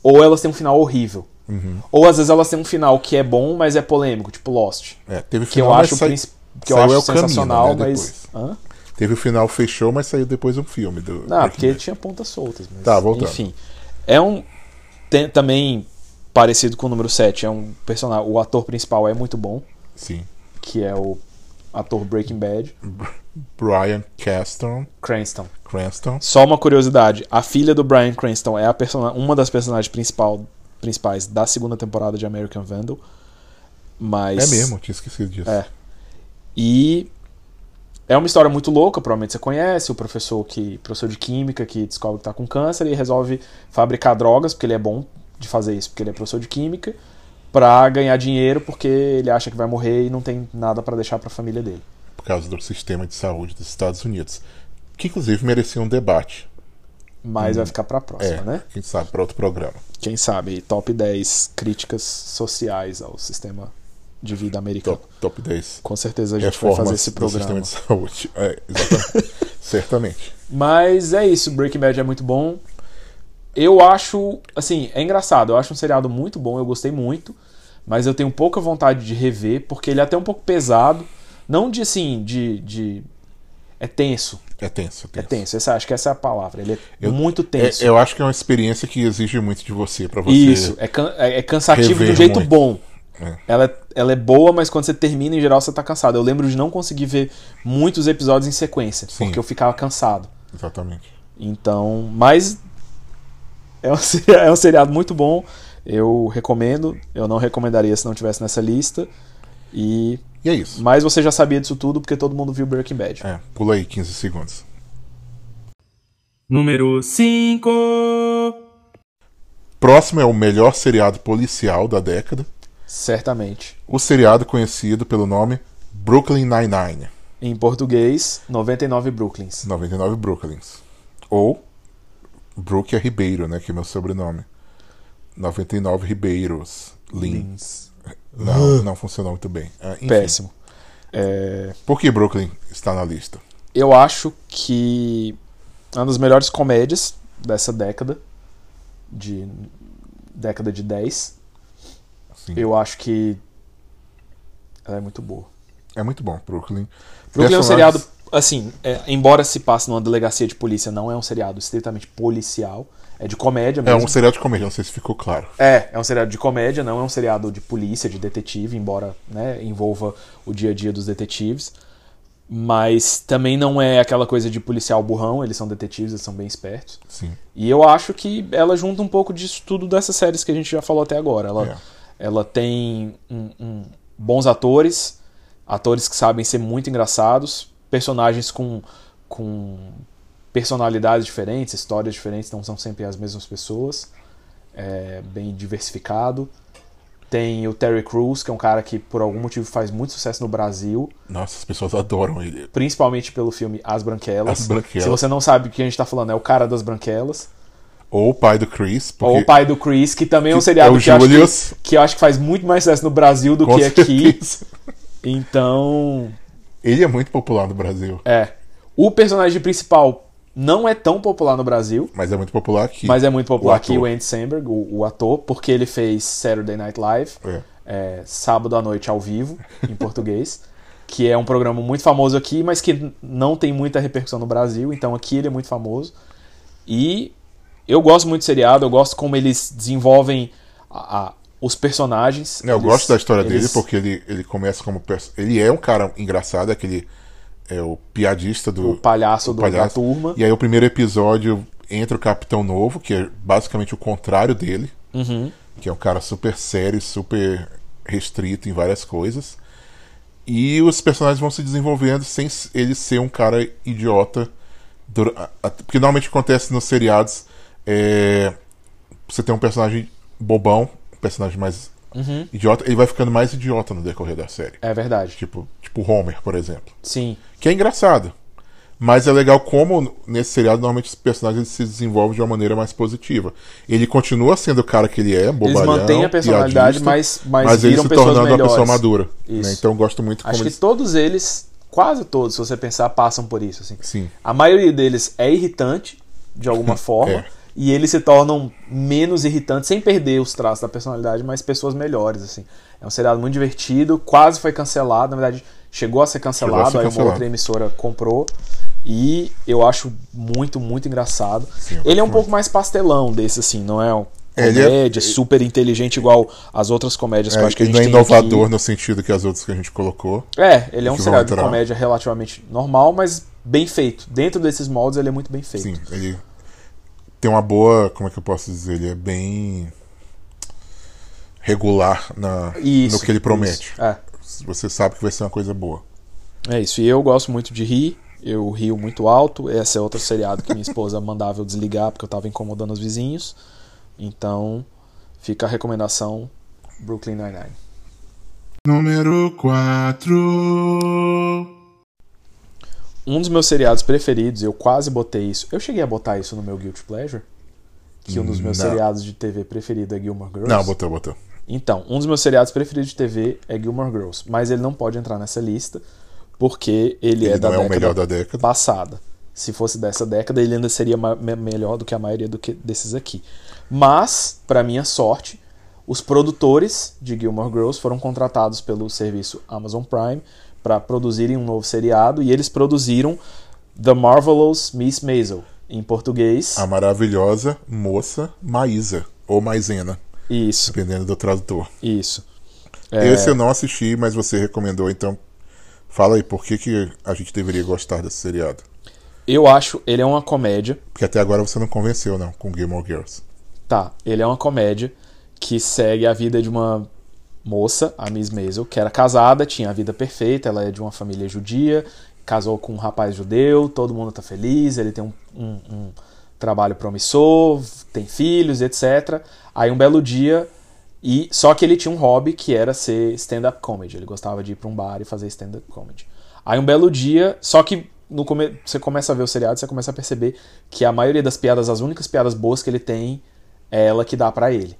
[SPEAKER 2] ou elas têm um final horrível.
[SPEAKER 3] Uhum.
[SPEAKER 2] Ou às vezes elas têm um final que é bom, mas é polêmico, tipo Lost.
[SPEAKER 3] É, teve
[SPEAKER 2] Que eu
[SPEAKER 3] mas
[SPEAKER 2] acho,
[SPEAKER 3] sai-
[SPEAKER 2] princip- que eu
[SPEAKER 3] saiu
[SPEAKER 2] acho
[SPEAKER 3] El Camino,
[SPEAKER 2] sensacional,
[SPEAKER 3] né,
[SPEAKER 2] mas. Hã?
[SPEAKER 3] depois. Teve o final fechou, mas saiu depois um filme do.
[SPEAKER 2] Não, porque tinha pontas soltas. Mas,
[SPEAKER 3] Tá, voltando.
[SPEAKER 2] Enfim. É um. tem- também parecido com o número 7. É um personagem. O ator principal é muito bom,
[SPEAKER 3] Sim.
[SPEAKER 2] que é o ator Breaking Bad,
[SPEAKER 3] Brian Caston,
[SPEAKER 2] Cranston.
[SPEAKER 3] Cranston.
[SPEAKER 2] Só uma curiosidade: a filha do Brian Cranston é a persona- uma das personagens principal- principais da segunda temporada de American Vandal. Mas.
[SPEAKER 3] É mesmo, tinha esquecido disso.
[SPEAKER 2] É. E é uma história muito louca, provavelmente você conhece, o professor que professor de química que descobre que tá com câncer e resolve fabricar drogas, porque ele é bom de fazer isso, porque ele é professor de química, pra ganhar dinheiro, porque ele acha que vai morrer e não tem nada pra deixar pra família dele.
[SPEAKER 3] Por causa do sistema de saúde dos Estados Unidos. Que inclusive merecia um debate.
[SPEAKER 2] Mas vai ficar pra próxima,
[SPEAKER 3] é,
[SPEAKER 2] né?
[SPEAKER 3] quem sabe, para outro programa.
[SPEAKER 2] Uhum. Quem sabe, top 10 críticas sociais ao sistema de vida americano.
[SPEAKER 3] Top, top 10
[SPEAKER 2] Com certeza a gente vai
[SPEAKER 3] reformas
[SPEAKER 2] fazer esse
[SPEAKER 3] do sistema
[SPEAKER 2] programa.
[SPEAKER 3] de saúde. É, exatamente. Certamente.
[SPEAKER 2] Mas é isso, Breaking Bad é muito bom. Eu acho, assim, é engraçado, eu acho um seriado muito bom, eu gostei muito, mas eu tenho pouca vontade de rever, porque ele é até um pouco pesado. Não de assim, de. de... É tenso.
[SPEAKER 3] É tenso, é
[SPEAKER 2] É
[SPEAKER 3] tenso.
[SPEAKER 2] tenso. Essa, acho que essa é a palavra. Ele é
[SPEAKER 3] Eu-
[SPEAKER 2] muito tenso.
[SPEAKER 3] É, eu acho que é uma experiência que exige muito de você, para você.
[SPEAKER 2] Isso, é, can- é- é cansativo do
[SPEAKER 3] rever
[SPEAKER 2] jeito
[SPEAKER 3] muito.
[SPEAKER 2] bom.
[SPEAKER 3] É.
[SPEAKER 2] Ela, é- ela é boa, mas quando você termina, em geral, você tá cansado. Eu lembro de não conseguir ver muitos episódios em sequência,
[SPEAKER 3] Sim.
[SPEAKER 2] porque eu ficava cansado.
[SPEAKER 3] Exatamente.
[SPEAKER 2] Então, mas é um, se- é um seriado muito bom. Eu recomendo. Eu não recomendaria se não tivesse nessa lista. E
[SPEAKER 3] E é isso.
[SPEAKER 2] mas você já sabia disso tudo porque todo mundo viu Breaking Bad.
[SPEAKER 3] É, pula aí 15 segundos.
[SPEAKER 6] número 5,
[SPEAKER 3] Próximo é o melhor seriado policial da década.
[SPEAKER 2] Certamente.
[SPEAKER 3] O seriado conhecido pelo nome Brooklyn Nine-Nine,
[SPEAKER 2] Em português, 99 Brooklyns.
[SPEAKER 3] 99 Brooklyns. Ou Brook é Ribeiro, né? Que é meu sobrenome. 99 Ribeiros. Lin. Não, não funcionou muito bem. Ah, enfim.
[SPEAKER 2] Péssimo. É,
[SPEAKER 3] Por que Brooklyn está na lista?
[SPEAKER 2] eu acho que é uma das melhores comédias dessa década de década de 10.
[SPEAKER 3] Assim,
[SPEAKER 2] Eu acho que ela é muito boa.
[SPEAKER 3] É muito bom, Brooklyn.
[SPEAKER 2] Brooklyn é um
[SPEAKER 3] Personagens-
[SPEAKER 2] seriado, assim, é, embora se passe numa delegacia de polícia, não é um seriado estritamente policial. É de comédia
[SPEAKER 3] É
[SPEAKER 2] mesmo.
[SPEAKER 3] um seriado de comédia, não sei se ficou claro.
[SPEAKER 2] É, é um seriado de comédia, não é um seriado de polícia, de detetive, embora né, envolva o dia a dia dos detetives. Mas também não é aquela coisa de policial burrão, eles são detetives, eles são bem espertos.
[SPEAKER 3] Sim.
[SPEAKER 2] E eu acho que ela junta um pouco disso tudo dessas séries que a gente já falou até agora. Ela,
[SPEAKER 3] É.
[SPEAKER 2] ela tem um- um- bons atores, atores que sabem ser muito engraçados, personagens com, com personalidades diferentes, histórias diferentes, não são sempre as mesmas pessoas. É bem diversificado. Tem o Terry Crews, que é um cara que por algum motivo faz muito sucesso no Brasil
[SPEAKER 3] Nossa, as pessoas adoram ele.
[SPEAKER 2] principalmente pelo filme As Branquelas.
[SPEAKER 3] As Branquelas.
[SPEAKER 2] Se você não sabe o que a gente tá falando, é o cara das Branquelas.
[SPEAKER 3] Ou o pai do Chris, porque
[SPEAKER 2] Ou o pai do Chris, que também é um
[SPEAKER 3] Que é
[SPEAKER 2] seriado
[SPEAKER 3] o
[SPEAKER 2] que, eu acho
[SPEAKER 3] Julius.
[SPEAKER 2] que, que eu acho que faz muito mais sucesso no Brasil do
[SPEAKER 3] com
[SPEAKER 2] que aqui.
[SPEAKER 3] certeza.
[SPEAKER 2] Então,
[SPEAKER 3] Ele é muito popular no Brasil,
[SPEAKER 2] é. O personagem principal não é tão popular no Brasil,
[SPEAKER 3] mas é muito popular aqui.
[SPEAKER 2] mas é muito popular
[SPEAKER 3] O
[SPEAKER 2] aqui,
[SPEAKER 3] ator.
[SPEAKER 2] o Andy Samberg, o, o ator, porque ele fez Saturday Night Live,
[SPEAKER 3] É.
[SPEAKER 2] é, Sábado à Noite ao Vivo, em português. Que é um programa muito famoso aqui, mas que n- não tem muita repercussão no Brasil, então aqui ele é muito famoso. E eu gosto muito do seriado, eu gosto como eles desenvolvem a- a- os personagens.
[SPEAKER 3] É, Eu
[SPEAKER 2] Eles-
[SPEAKER 3] gosto da história
[SPEAKER 2] eles-
[SPEAKER 3] dele porque ele, ele começa como. perso- Ele é um cara engraçado, aquele. É o piadista do.
[SPEAKER 2] O palhaço do-
[SPEAKER 3] palhaço.
[SPEAKER 2] da turma.
[SPEAKER 3] E aí, o primeiro episódio entra o Capitão Novo, que é basicamente o contrário dele.
[SPEAKER 2] Uhum.
[SPEAKER 3] Que é um cara super sério, super restrito em várias coisas. E os personagens vão se desenvolvendo sem s- ele ser um cara idiota. dura- a- a- Porque normalmente acontece nos seriados. é, Você tem um personagem bobão, um personagem mais idiota, ele vai ficando mais idiota no decorrer da série.
[SPEAKER 2] Uhum. É verdade.
[SPEAKER 3] Tipo, tipo Homer, por exemplo.
[SPEAKER 2] Sim.
[SPEAKER 3] Que é engraçado. Mas é legal como nesse seriado normalmente os personagens eles se desenvolvem de uma maneira mais positiva. Ele continua sendo o cara que ele é, bobalhão,
[SPEAKER 2] mantêm a personalidade,
[SPEAKER 3] piadista,
[SPEAKER 2] mas- mas
[SPEAKER 3] ele
[SPEAKER 2] viram
[SPEAKER 3] se
[SPEAKER 2] pessoas
[SPEAKER 3] tornando uma
[SPEAKER 2] melhores.
[SPEAKER 3] pessoa madura.
[SPEAKER 2] Isso.
[SPEAKER 3] né? Então eu gosto muito como
[SPEAKER 2] Acho que
[SPEAKER 3] eles...
[SPEAKER 2] todos eles, quase todos, se você pensar, passam por isso. Assim.
[SPEAKER 3] Sim.
[SPEAKER 2] A maioria deles é irritante, de alguma forma.
[SPEAKER 3] É.
[SPEAKER 2] e eles se tornam menos irritantes, sem perder os traços da personalidade, mas pessoas melhores, assim. É um seriado muito divertido, quase foi cancelado, na verdade, chegou a ser cancelado,
[SPEAKER 3] Chegou a ser
[SPEAKER 2] aí uma
[SPEAKER 3] cancelado.
[SPEAKER 2] outra emissora comprou. E eu acho muito, muito engraçado.
[SPEAKER 3] Sim, eu
[SPEAKER 2] ele é um
[SPEAKER 3] gosto
[SPEAKER 2] pouco mais pastelão desse, assim, não é um
[SPEAKER 3] Ele é-
[SPEAKER 2] comédia super inteligente igual as outras comédias que eu
[SPEAKER 3] É,
[SPEAKER 2] acho que a
[SPEAKER 3] ele
[SPEAKER 2] gente
[SPEAKER 3] não é
[SPEAKER 2] tem aqui.
[SPEAKER 3] inovador no sentido que as outras que a gente colocou.
[SPEAKER 2] É, ele é um
[SPEAKER 3] que vão
[SPEAKER 2] seriado de
[SPEAKER 3] entrar.
[SPEAKER 2] comédia relativamente normal, mas bem feito. Dentro desses moldes, ele é muito bem feito.
[SPEAKER 3] Sim, ele tem uma boa. Como é que eu posso dizer? Ele é bem regular na,
[SPEAKER 2] Isso,
[SPEAKER 3] no que ele promete.
[SPEAKER 2] isso. É,
[SPEAKER 3] Você sabe que vai ser uma coisa boa.
[SPEAKER 2] é isso. E eu gosto muito de rir. Eu rio muito alto. Esse é outro seriado que minha esposa mandava eu desligar porque eu tava incomodando os vizinhos. Então, fica a recomendação Brooklyn Nine-Nine.
[SPEAKER 1] Número 4.
[SPEAKER 2] Um dos meus seriados preferidos, eu quase botei isso. Eu cheguei a botar isso no meu Guilty Pleasure. Que um dos meus
[SPEAKER 3] Não.
[SPEAKER 2] seriados de TV preferido é Gilmore Girls.
[SPEAKER 3] Não, botou, botou.
[SPEAKER 2] Então, um dos meus seriados preferidos de TV é Gilmore Girls, mas ele não pode entrar nessa lista porque ele, é
[SPEAKER 3] Ele
[SPEAKER 2] da
[SPEAKER 3] não é o
[SPEAKER 2] década
[SPEAKER 3] melhor da década.
[SPEAKER 2] passada. Se fosse dessa década, ele ainda seria ma- me- melhor do que a maioria do que desses aqui. Mas, para minha sorte, os produtores de Gilmore Girls foram contratados pelo serviço Amazon Prime para produzirem um novo seriado e eles produziram The Marvelous Miss Maisel em português.
[SPEAKER 3] A maravilhosa moça Maísa. Ou Maisena,
[SPEAKER 2] Isso,
[SPEAKER 3] dependendo do tradutor.
[SPEAKER 2] isso. É,
[SPEAKER 3] Esse eu não assisti, mas você recomendou, então. Fala aí, por que, que a gente deveria gostar desse seriado?
[SPEAKER 2] Eu acho, ele é uma comédia.
[SPEAKER 3] Porque até agora você não convenceu, não, com Game of Girls.
[SPEAKER 2] Tá, ele é uma comédia que segue a vida de uma moça, a Miss Maisel, que era casada, tinha a vida perfeita, ela é de uma família judia, casou com um rapaz judeu, todo mundo tá feliz, ele tem um, um- um trabalho promissor, tem filhos, etc. Aí um belo dia, e só que ele tinha um hobby que era ser stand-up comedy, ele gostava de ir pra um bar e fazer stand-up comedy. Aí um belo dia, só que no come- você começa a ver o seriado, você começa a perceber que a maioria das piadas, as únicas piadas boas que ele tem, é ela que dá pra ele.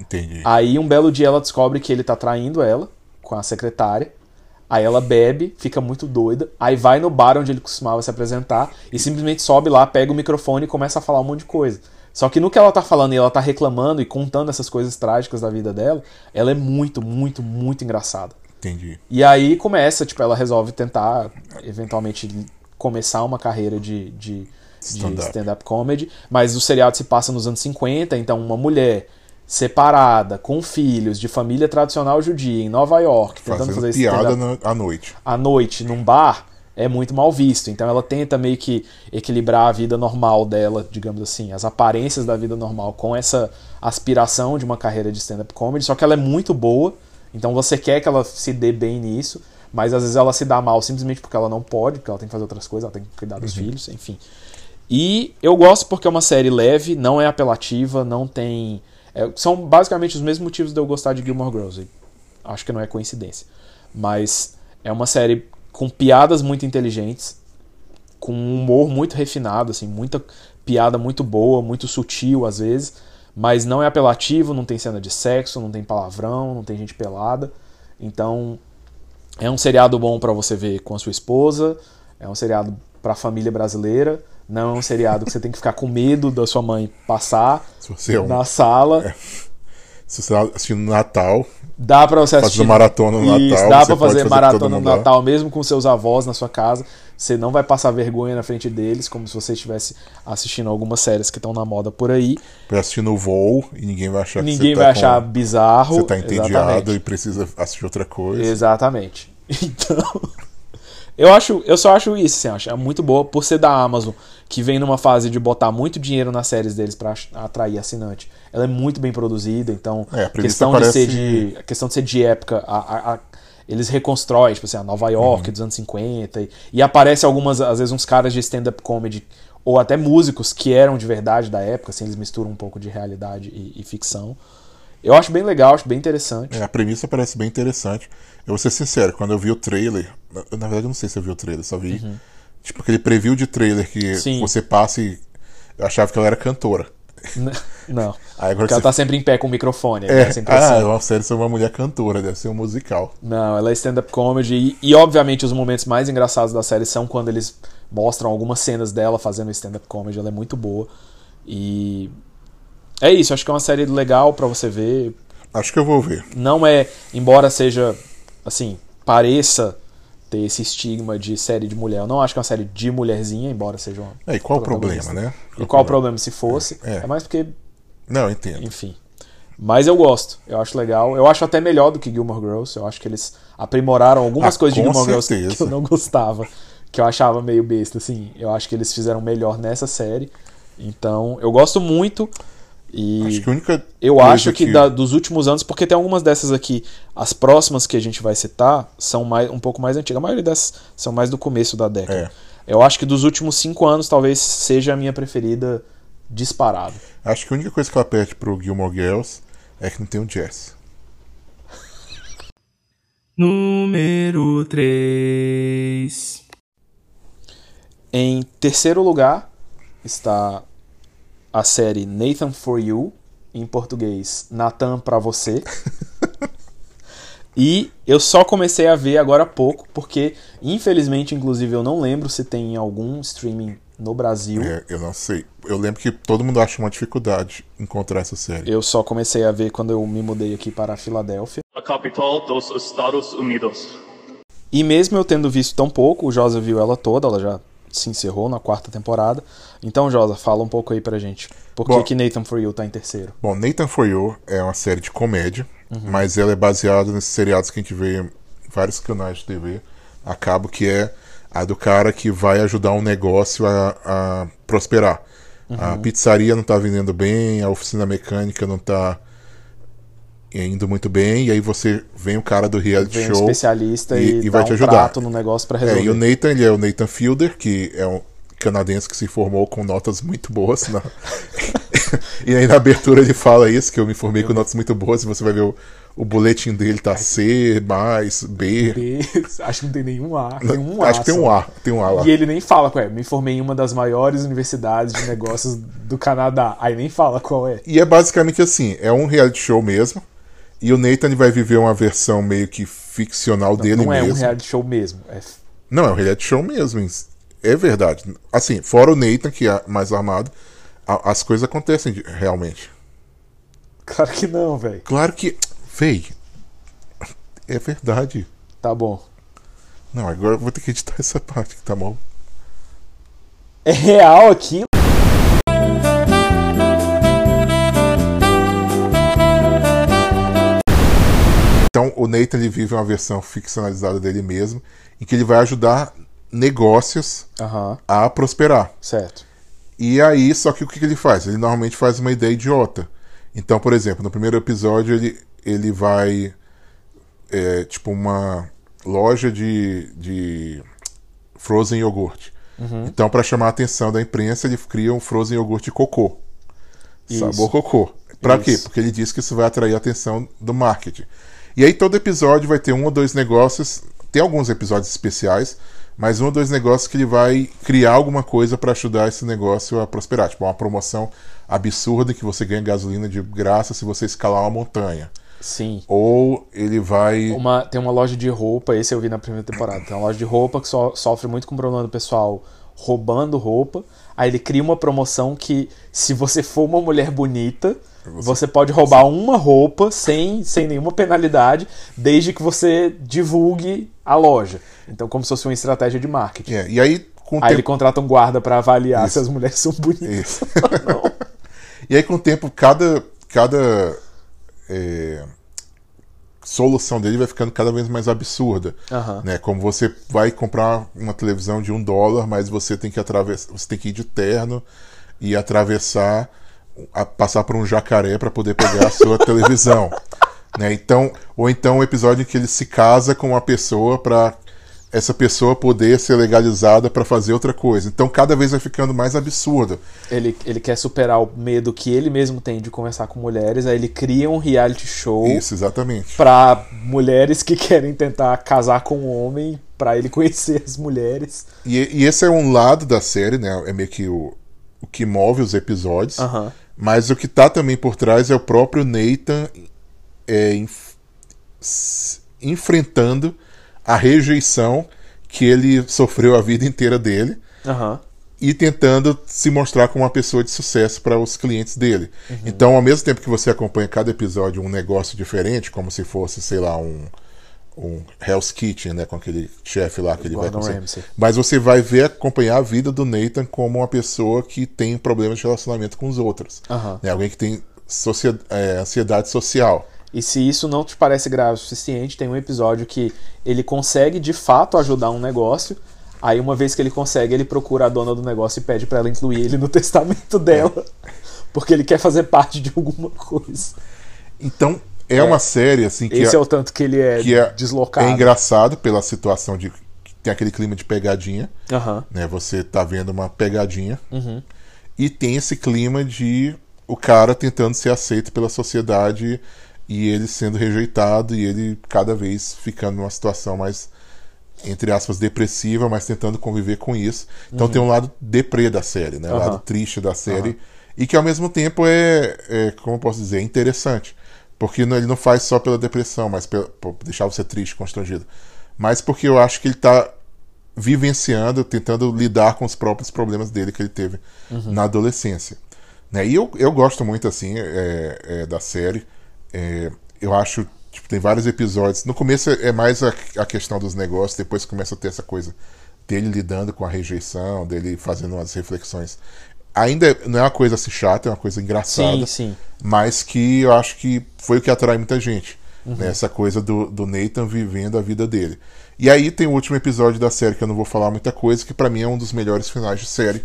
[SPEAKER 3] Entendi.
[SPEAKER 2] Aí um belo dia ela descobre que ele tá traindo ela com a secretária. Aí ela bebe, fica muito doida. Aí vai no bar onde ele costumava se apresentar e simplesmente sobe lá, pega o microfone e começa a falar um monte de coisa. Só que no que ela tá falando e ela tá reclamando e contando essas coisas trágicas da vida dela, ela é muito, muito, muito engraçada.
[SPEAKER 3] Entendi.
[SPEAKER 2] E aí começa, tipo, ela resolve tentar eventualmente começar uma carreira de, de, de
[SPEAKER 3] Stand-up.
[SPEAKER 2] stand-up comedy, mas o seriado se passa nos anos 50, então uma mulher separada, com filhos, de família tradicional judia, em Nova York, tentando
[SPEAKER 3] Fazendo
[SPEAKER 2] fazer esse
[SPEAKER 3] piada
[SPEAKER 2] stand-up
[SPEAKER 3] na- à noite.
[SPEAKER 2] à noite num bar é muito mal visto. Então ela tenta meio que equilibrar a vida normal dela, digamos assim, as aparências da vida normal com essa aspiração de uma carreira de stand-up comedy. Só que ela é muito boa, então você quer que ela se dê bem nisso, mas às vezes ela se dá mal simplesmente porque ela não pode, porque ela tem que fazer outras coisas, ela tem que cuidar dos filhos, enfim. E eu gosto porque é uma série leve, não é apelativa, não tem. é, são basicamente os mesmos motivos de eu gostar de Gilmore Girls. e Acho que não é coincidência. Mas é uma série com piadas muito inteligentes, com um humor muito refinado, assim, muita piada muito boa, muito sutil às vezes, mas não é apelativo, não tem cena de sexo, não tem palavrão, não tem gente pelada. Então, é um seriado bom pra você ver com a sua esposa, é um seriado pra família brasileira, não é um seriado que você tem que ficar com medo da sua mãe passar
[SPEAKER 3] Se você é um.
[SPEAKER 2] na sala.
[SPEAKER 3] Se você tá assistindo no Natal,
[SPEAKER 2] Dá pra você assistir.
[SPEAKER 3] maratona no
[SPEAKER 2] Isso,
[SPEAKER 3] Natal,
[SPEAKER 2] Dá
[SPEAKER 3] você
[SPEAKER 2] pra
[SPEAKER 3] pode
[SPEAKER 2] fazer
[SPEAKER 3] fazer todo
[SPEAKER 2] maratona no
[SPEAKER 3] mundo lá.
[SPEAKER 2] Natal, mesmo com seus avós na sua casa. Você não vai passar vergonha na frente deles, como se você estivesse assistindo algumas séries que estão na moda por aí.
[SPEAKER 3] pra assistir no voo e ninguém vai achar
[SPEAKER 2] Ninguém
[SPEAKER 3] que você
[SPEAKER 2] vai
[SPEAKER 3] tá
[SPEAKER 2] achar
[SPEAKER 3] com...
[SPEAKER 2] bizarro.
[SPEAKER 3] Você tá entediado
[SPEAKER 2] Exatamente.
[SPEAKER 3] e precisa assistir outra coisa.
[SPEAKER 2] Exatamente. Então, eu acho, eu só acho isso, assim, eu acho, é muito boa por ser da Amazon, que vem numa fase de botar muito dinheiro nas séries deles pra ach- atrair assinante. Ela é muito bem produzida, então
[SPEAKER 3] É, a premissa
[SPEAKER 2] questão de
[SPEAKER 3] parece-
[SPEAKER 2] ser de a questão de ser de época, a- a- a- eles reconstroem, tipo assim, a Nova York dos anos 50 e, e aparece algumas às vezes uns caras de stand up comedy ou até músicos que eram de verdade da época, assim, eles misturam um pouco de realidade e, e ficção. Eu acho bem legal, acho bem interessante.
[SPEAKER 3] É, a premissa parece bem interessante. Eu vou ser sincero, quando eu vi o trailer, na, na verdade eu não sei se eu vi o trailer, só vi tipo aquele preview de trailer que
[SPEAKER 2] Uhum. Sim.
[SPEAKER 3] você passa e eu achava que ela era cantora.
[SPEAKER 2] N- Não.
[SPEAKER 3] Aí Ah, agora
[SPEAKER 2] Porque ela
[SPEAKER 3] você-
[SPEAKER 2] tá sempre em pé com o microfone,
[SPEAKER 3] É,
[SPEAKER 2] né? Essa impressão.
[SPEAKER 3] ah, é uma série sobre uma mulher cantora, deve ser um musical.
[SPEAKER 2] Não, ela é stand-up comedy. E, e, obviamente, os momentos mais engraçados da série são quando eles mostram algumas cenas dela fazendo stand-up comedy. Ela é muito boa. E é isso, acho que é uma série legal pra você ver.
[SPEAKER 3] Acho que eu vou ver.
[SPEAKER 2] Não é, embora seja assim, pareça ter esse estigma de série de mulher. Eu não acho que é uma série de mulherzinha, embora seja uma.
[SPEAKER 3] É, e qual o
[SPEAKER 2] protagonista.
[SPEAKER 3] problema, né?
[SPEAKER 2] E qual o problema se fosse?
[SPEAKER 3] É.
[SPEAKER 2] É, mais porque,
[SPEAKER 3] Não, entendo.
[SPEAKER 2] enfim. Mas eu gosto, eu acho legal. Eu acho até melhor do que Gilmore Girls. Eu acho que eles aprimoraram algumas
[SPEAKER 3] Ah,
[SPEAKER 2] coisas de
[SPEAKER 3] com
[SPEAKER 2] Gilmore Girls
[SPEAKER 3] certeza.
[SPEAKER 2] que eu não gostava, que eu achava meio besta, assim. Eu acho que eles fizeram melhor nessa série. Então, eu gosto muito. E
[SPEAKER 3] Acho que a única.
[SPEAKER 2] eu
[SPEAKER 3] coisa
[SPEAKER 2] acho que da- dos últimos anos, porque tem algumas dessas aqui, as próximas que a gente vai citar são mais, um pouco mais antigas. A maioria dessas são mais do começo da década.
[SPEAKER 3] É.
[SPEAKER 2] Eu acho que dos últimos cinco anos talvez seja a minha preferida disparada.
[SPEAKER 3] Acho que a única coisa que ela pede pro Gilmore Girls é que não tem o Jess.
[SPEAKER 6] Número 3.
[SPEAKER 2] Em terceiro lugar está a série Nathan for You, em português Nathan pra você. e eu só comecei a ver agora há pouco, porque infelizmente, inclusive, eu não lembro se tem em algum streaming no Brasil.
[SPEAKER 3] É, eu não sei. Eu lembro que todo mundo acha uma dificuldade encontrar essa série.
[SPEAKER 2] Eu só comecei a ver quando eu me mudei aqui para a Filadélfia.
[SPEAKER 7] a capital dos Estados Unidos.
[SPEAKER 2] E mesmo eu tendo visto tão pouco, o Josa viu ela toda, ela já se encerrou na quarta temporada. Então, Josa, fala um pouco aí pra gente. Por que,
[SPEAKER 3] Bom.
[SPEAKER 2] que Nathan for You tá em terceiro?
[SPEAKER 3] Bom, Nathan For You é uma série de comédia,
[SPEAKER 2] Uhum.
[SPEAKER 3] mas ela é baseada nesses seriados que a gente vê em vários canais de TV. A cabo que é a do cara que vai ajudar um negócio a, a prosperar.
[SPEAKER 2] Uhum.
[SPEAKER 3] A pizzaria não tá vendendo bem, a oficina mecânica não tá indo muito bem, e aí você vem o cara do reality
[SPEAKER 2] Vem um
[SPEAKER 3] show
[SPEAKER 2] especialista e,
[SPEAKER 3] e
[SPEAKER 2] dá
[SPEAKER 3] vai
[SPEAKER 2] um
[SPEAKER 3] te ajudar.
[SPEAKER 2] trato no negócio pra resolver.
[SPEAKER 3] É, e o Nathan, ele é o Nathan Fielder, que é um canadense que se formou com notas muito boas. na- e aí na abertura ele fala isso, que eu me formei com notas muito boas, e você vai ver o, o boletim dele tá C, mais, B.
[SPEAKER 2] Acho que não tem nenhum A. Tem um A
[SPEAKER 3] Acho que tem um
[SPEAKER 2] só.
[SPEAKER 3] A, tem um A lá.
[SPEAKER 2] E ele nem fala qual é. Me formei em uma das maiores universidades de negócios do Canadá. Aí nem fala qual é.
[SPEAKER 3] E é basicamente assim, é um reality show mesmo, e o Nathan ele vai viver uma versão meio que ficcional dele
[SPEAKER 2] não é
[SPEAKER 3] mesmo.
[SPEAKER 2] um reality show mesmo. É
[SPEAKER 3] Não, é um reality show mesmo. isso É verdade. Assim, fora o Nathan, que é mais armado, a- as coisas acontecem de- realmente.
[SPEAKER 2] claro que não, velho.
[SPEAKER 3] Claro que. Véi. É verdade.
[SPEAKER 2] Tá bom.
[SPEAKER 3] Não, agora eu vou ter que editar essa parte, que tá mal.
[SPEAKER 2] É real aquilo?
[SPEAKER 3] Então, o Nathan ele vive uma versão ficcionalizada dele mesmo, em que ele vai ajudar negócios
[SPEAKER 2] Aham,
[SPEAKER 3] a prosperar.
[SPEAKER 2] certo.
[SPEAKER 3] E aí, só que o que, que ele faz? Ele normalmente faz uma ideia idiota. Então, por exemplo, no primeiro episódio ele, ele vai. É, tipo, uma loja de, de frozen iogurte. Então, para chamar a atenção da imprensa, ele cria um frozen iogurte de cocô. Sabor cocô. Pra quê?
[SPEAKER 2] Isso.
[SPEAKER 3] Porque ele diz que isso vai atrair a atenção do marketing. E aí todo episódio vai ter um ou dois negócios, tem alguns episódios especiais, mas um ou dois negócios que ele vai criar alguma coisa pra ajudar esse negócio a prosperar. Tipo, uma promoção absurda que você ganha gasolina de graça se você escalar uma montanha.
[SPEAKER 2] Sim.
[SPEAKER 3] Ou ele vai.
[SPEAKER 2] Uma, tem uma loja de roupa, esse eu vi na primeira temporada. Tem uma loja de roupa que so- sofre muito com o problema do pessoal roubando roupa. Aí ele cria uma promoção que, se você for uma mulher bonita, você pode roubar uma roupa sem, sem nenhuma penalidade, desde que você divulgue a loja. Então, como se fosse uma estratégia de marketing.
[SPEAKER 3] É, e aí, com o
[SPEAKER 2] Aí
[SPEAKER 3] tempo.
[SPEAKER 2] ele contrata um guarda pra avaliar
[SPEAKER 3] Isso.
[SPEAKER 2] se as mulheres são bonitas.
[SPEAKER 3] Isso.
[SPEAKER 2] Não.
[SPEAKER 3] E aí, com o tempo, cada, cada é, solução dele vai ficando cada vez mais absurda.
[SPEAKER 2] Aham.
[SPEAKER 3] Né? Como você vai comprar uma televisão de um dólar, mas você tem que atravessar, você tem que ir de terno e atravessar, a- passar por um jacaré para poder pegar a sua televisão. Né? Então, ou então o episódio em que ele se casa com uma pessoa para essa pessoa poder ser legalizada para fazer outra coisa. Então, cada vez vai ficando mais absurdo.
[SPEAKER 2] Ele, ele quer superar o medo que ele mesmo tem de conversar com mulheres, aí ele cria um reality show
[SPEAKER 3] Isso, exatamente.
[SPEAKER 2] pra mulheres que querem tentar casar com um homem, pra ele conhecer as mulheres.
[SPEAKER 3] E, e esse é um lado da série, né? É meio que o, o que move os episódios.
[SPEAKER 2] Aham.
[SPEAKER 3] Mas o que tá também por trás é o próprio Nathan é, enf- s- enfrentando a rejeição que ele sofreu a vida inteira dele.
[SPEAKER 2] Aham.
[SPEAKER 3] e tentando se mostrar como uma pessoa de sucesso para os clientes dele.
[SPEAKER 2] Uhum.
[SPEAKER 3] Então, ao mesmo tempo que você acompanha cada episódio um negócio diferente, como se fosse, sei lá, um, um Hell's Kitchen, né, com aquele chefe lá que ele vai
[SPEAKER 2] Gordon
[SPEAKER 3] conseguir.
[SPEAKER 2] Ramsay.
[SPEAKER 3] Mas você vai ver acompanhar a vida do Nathan como uma pessoa que tem problemas de relacionamento com os outros.
[SPEAKER 2] Aham.
[SPEAKER 3] Né, alguém que tem socie- é, ansiedade social.
[SPEAKER 2] E se isso não te parece grave o suficiente, tem um episódio que ele consegue de fato ajudar um negócio. Aí, uma vez que ele consegue, ele procura a dona do negócio e pede pra ela incluir ele no testamento dela. Porque ele quer fazer parte de alguma coisa.
[SPEAKER 3] Então, é, uma série assim que
[SPEAKER 2] Esse
[SPEAKER 3] a-
[SPEAKER 2] é o tanto que ele é,
[SPEAKER 3] que é,
[SPEAKER 2] deslocado.
[SPEAKER 3] é engraçado pela situação de que tem aquele clima de pegadinha,
[SPEAKER 2] Aham.
[SPEAKER 3] né? Você tá vendo uma pegadinha e tem esse clima de o cara tentando ser aceito pela sociedade e ele sendo rejeitado e ele cada vez ficando numa situação mais entre aspas depressiva, mas tentando conviver com isso. Então tem um lado deprê da série, né? O
[SPEAKER 2] Aham.
[SPEAKER 3] lado triste da série e que ao mesmo tempo é, é, como eu posso dizer, é interessante. Porque não- ele não faz só pela depressão, mas pela- por deixar você triste, constrangido. Mas porque eu acho que ele tá vivenciando, tentando lidar com os próprios problemas dele que ele teve na adolescência. Né? E eu, eu gosto muito, assim, é, é, da série. É, eu acho, tipo, tem vários episódios. No começo é mais a, a questão dos negócios, depois começa a ter essa coisa dele lidando com a rejeição, dele fazendo umas reflexões. Ainda é- não é uma coisa assim chata, é uma coisa engraçada
[SPEAKER 2] Sim, sim.
[SPEAKER 3] mas que eu acho que foi o que atrai muita gente.
[SPEAKER 2] Uhum.
[SPEAKER 3] né? Essa coisa do, do Nathan vivendo a vida dele. E aí tem o último episódio da série, que eu não vou falar muita coisa, que pra mim é um dos melhores finais de série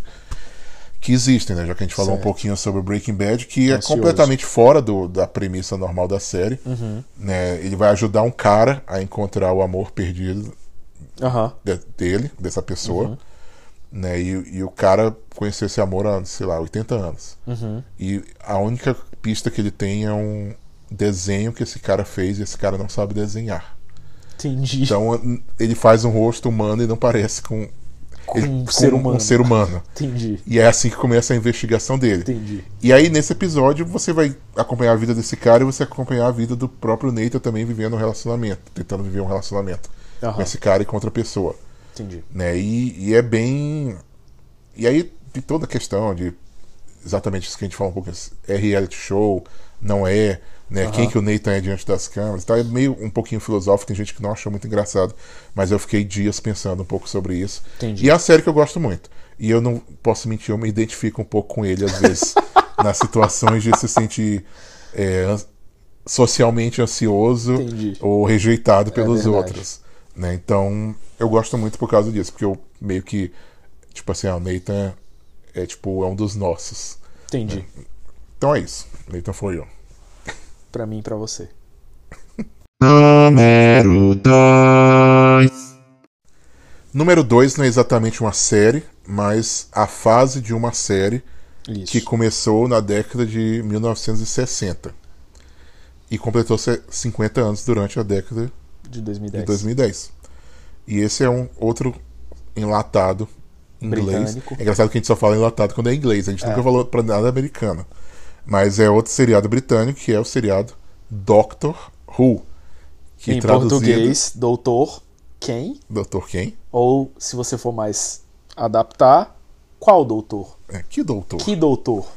[SPEAKER 3] que existem, né? Já que a gente falou um
[SPEAKER 2] Certo.
[SPEAKER 3] pouquinho sobre Breaking Bad, que
[SPEAKER 2] Ansioso.
[SPEAKER 3] é completamente fora do, da premissa normal da série.
[SPEAKER 2] Uhum.
[SPEAKER 3] Né? Ele vai ajudar um cara a encontrar o amor perdido
[SPEAKER 2] Aham.
[SPEAKER 3] de- dele, dessa pessoa.
[SPEAKER 2] Uhum.
[SPEAKER 3] Né? E, e o cara conheceu esse amor há, sei lá, 80 anos.
[SPEAKER 2] Uhum.
[SPEAKER 3] E a única pista que ele tem é um desenho que esse cara fez e esse cara não sabe desenhar.
[SPEAKER 2] Entendi.
[SPEAKER 3] Então n- ele faz um rosto humano e não parece com,
[SPEAKER 2] Com
[SPEAKER 3] ele-
[SPEAKER 2] um ser humano.
[SPEAKER 3] um ser humano.
[SPEAKER 2] Entendi.
[SPEAKER 3] E é assim que começa a investigação dele.
[SPEAKER 2] Entendi.
[SPEAKER 3] E aí, nesse episódio, você vai acompanhar a vida desse cara e você acompanhar a vida do próprio Nathan também vivendo um relacionamento, tentando viver um relacionamento
[SPEAKER 2] Aham.
[SPEAKER 3] com esse cara e com outra pessoa
[SPEAKER 2] Entendi.
[SPEAKER 3] né? E, e é bem. E aí tem toda a questão de exatamente isso que a gente falou um pouco, é reality show, não é, né? Quem que o Nathan é diante das câmeras, tá? É meio um pouquinho filosófico, tem gente que não achou muito engraçado, mas eu fiquei dias pensando um pouco sobre isso.
[SPEAKER 2] Entendi.
[SPEAKER 3] E é uma série que eu gosto muito. E eu não posso mentir, eu me identifico um pouco com ele às vezes, nas situações de se sentir é, ans- socialmente ansioso
[SPEAKER 2] Entendi.
[SPEAKER 3] ou rejeitado pelos
[SPEAKER 2] verdade.
[SPEAKER 3] outros. Né? Então, eu gosto muito por causa disso, porque eu meio que, tipo assim, ah, o Nathan é tipo, é um dos nossos.
[SPEAKER 2] Entendi.
[SPEAKER 3] Então é isso. Nathan foi eu.
[SPEAKER 2] Pra mim e pra você.
[SPEAKER 1] Número 2.
[SPEAKER 3] Número 2 não é exatamente uma série, mas a fase de uma série
[SPEAKER 2] Isso.
[SPEAKER 3] que começou na década de 1960 e completou se- 50 anos durante a década
[SPEAKER 2] De
[SPEAKER 3] de
[SPEAKER 2] 2010.
[SPEAKER 3] 2010. E esse é um outro enlatado inglês.
[SPEAKER 2] Britânico.
[SPEAKER 3] É engraçado que a gente só fala enlatado quando é inglês, a gente nunca falou pra nada americano. Mas é outro seriado britânico que é o seriado Doctor Who, que
[SPEAKER 2] em
[SPEAKER 3] traduzido
[SPEAKER 2] português, doutor quem?
[SPEAKER 3] Doutor quem?
[SPEAKER 2] Ou, se você for mais adaptar, qual doutor?
[SPEAKER 3] É, que doutor?
[SPEAKER 2] Que doutor?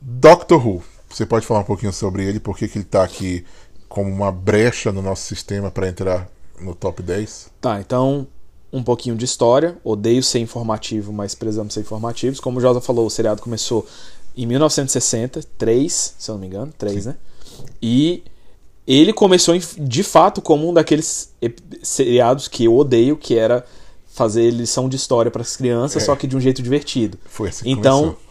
[SPEAKER 3] Doctor Who. Você pode falar um pouquinho sobre ele, por que que ele tá aqui como uma brecha no nosso sistema para entrar no top 10?
[SPEAKER 2] Tá, então um pouquinho de história. Odeio ser informativo, mas precisamos ser informativos. Como o Josa falou, o seriado começou em 1960, 3, se eu não me engano, 3, né? E ele começou em- de fato como um daqueles ep- seriados que eu odeio, que era fazer lição de história para as crianças, só que de um jeito divertido.
[SPEAKER 3] É. Foi assim que
[SPEAKER 2] Então,
[SPEAKER 3] começou.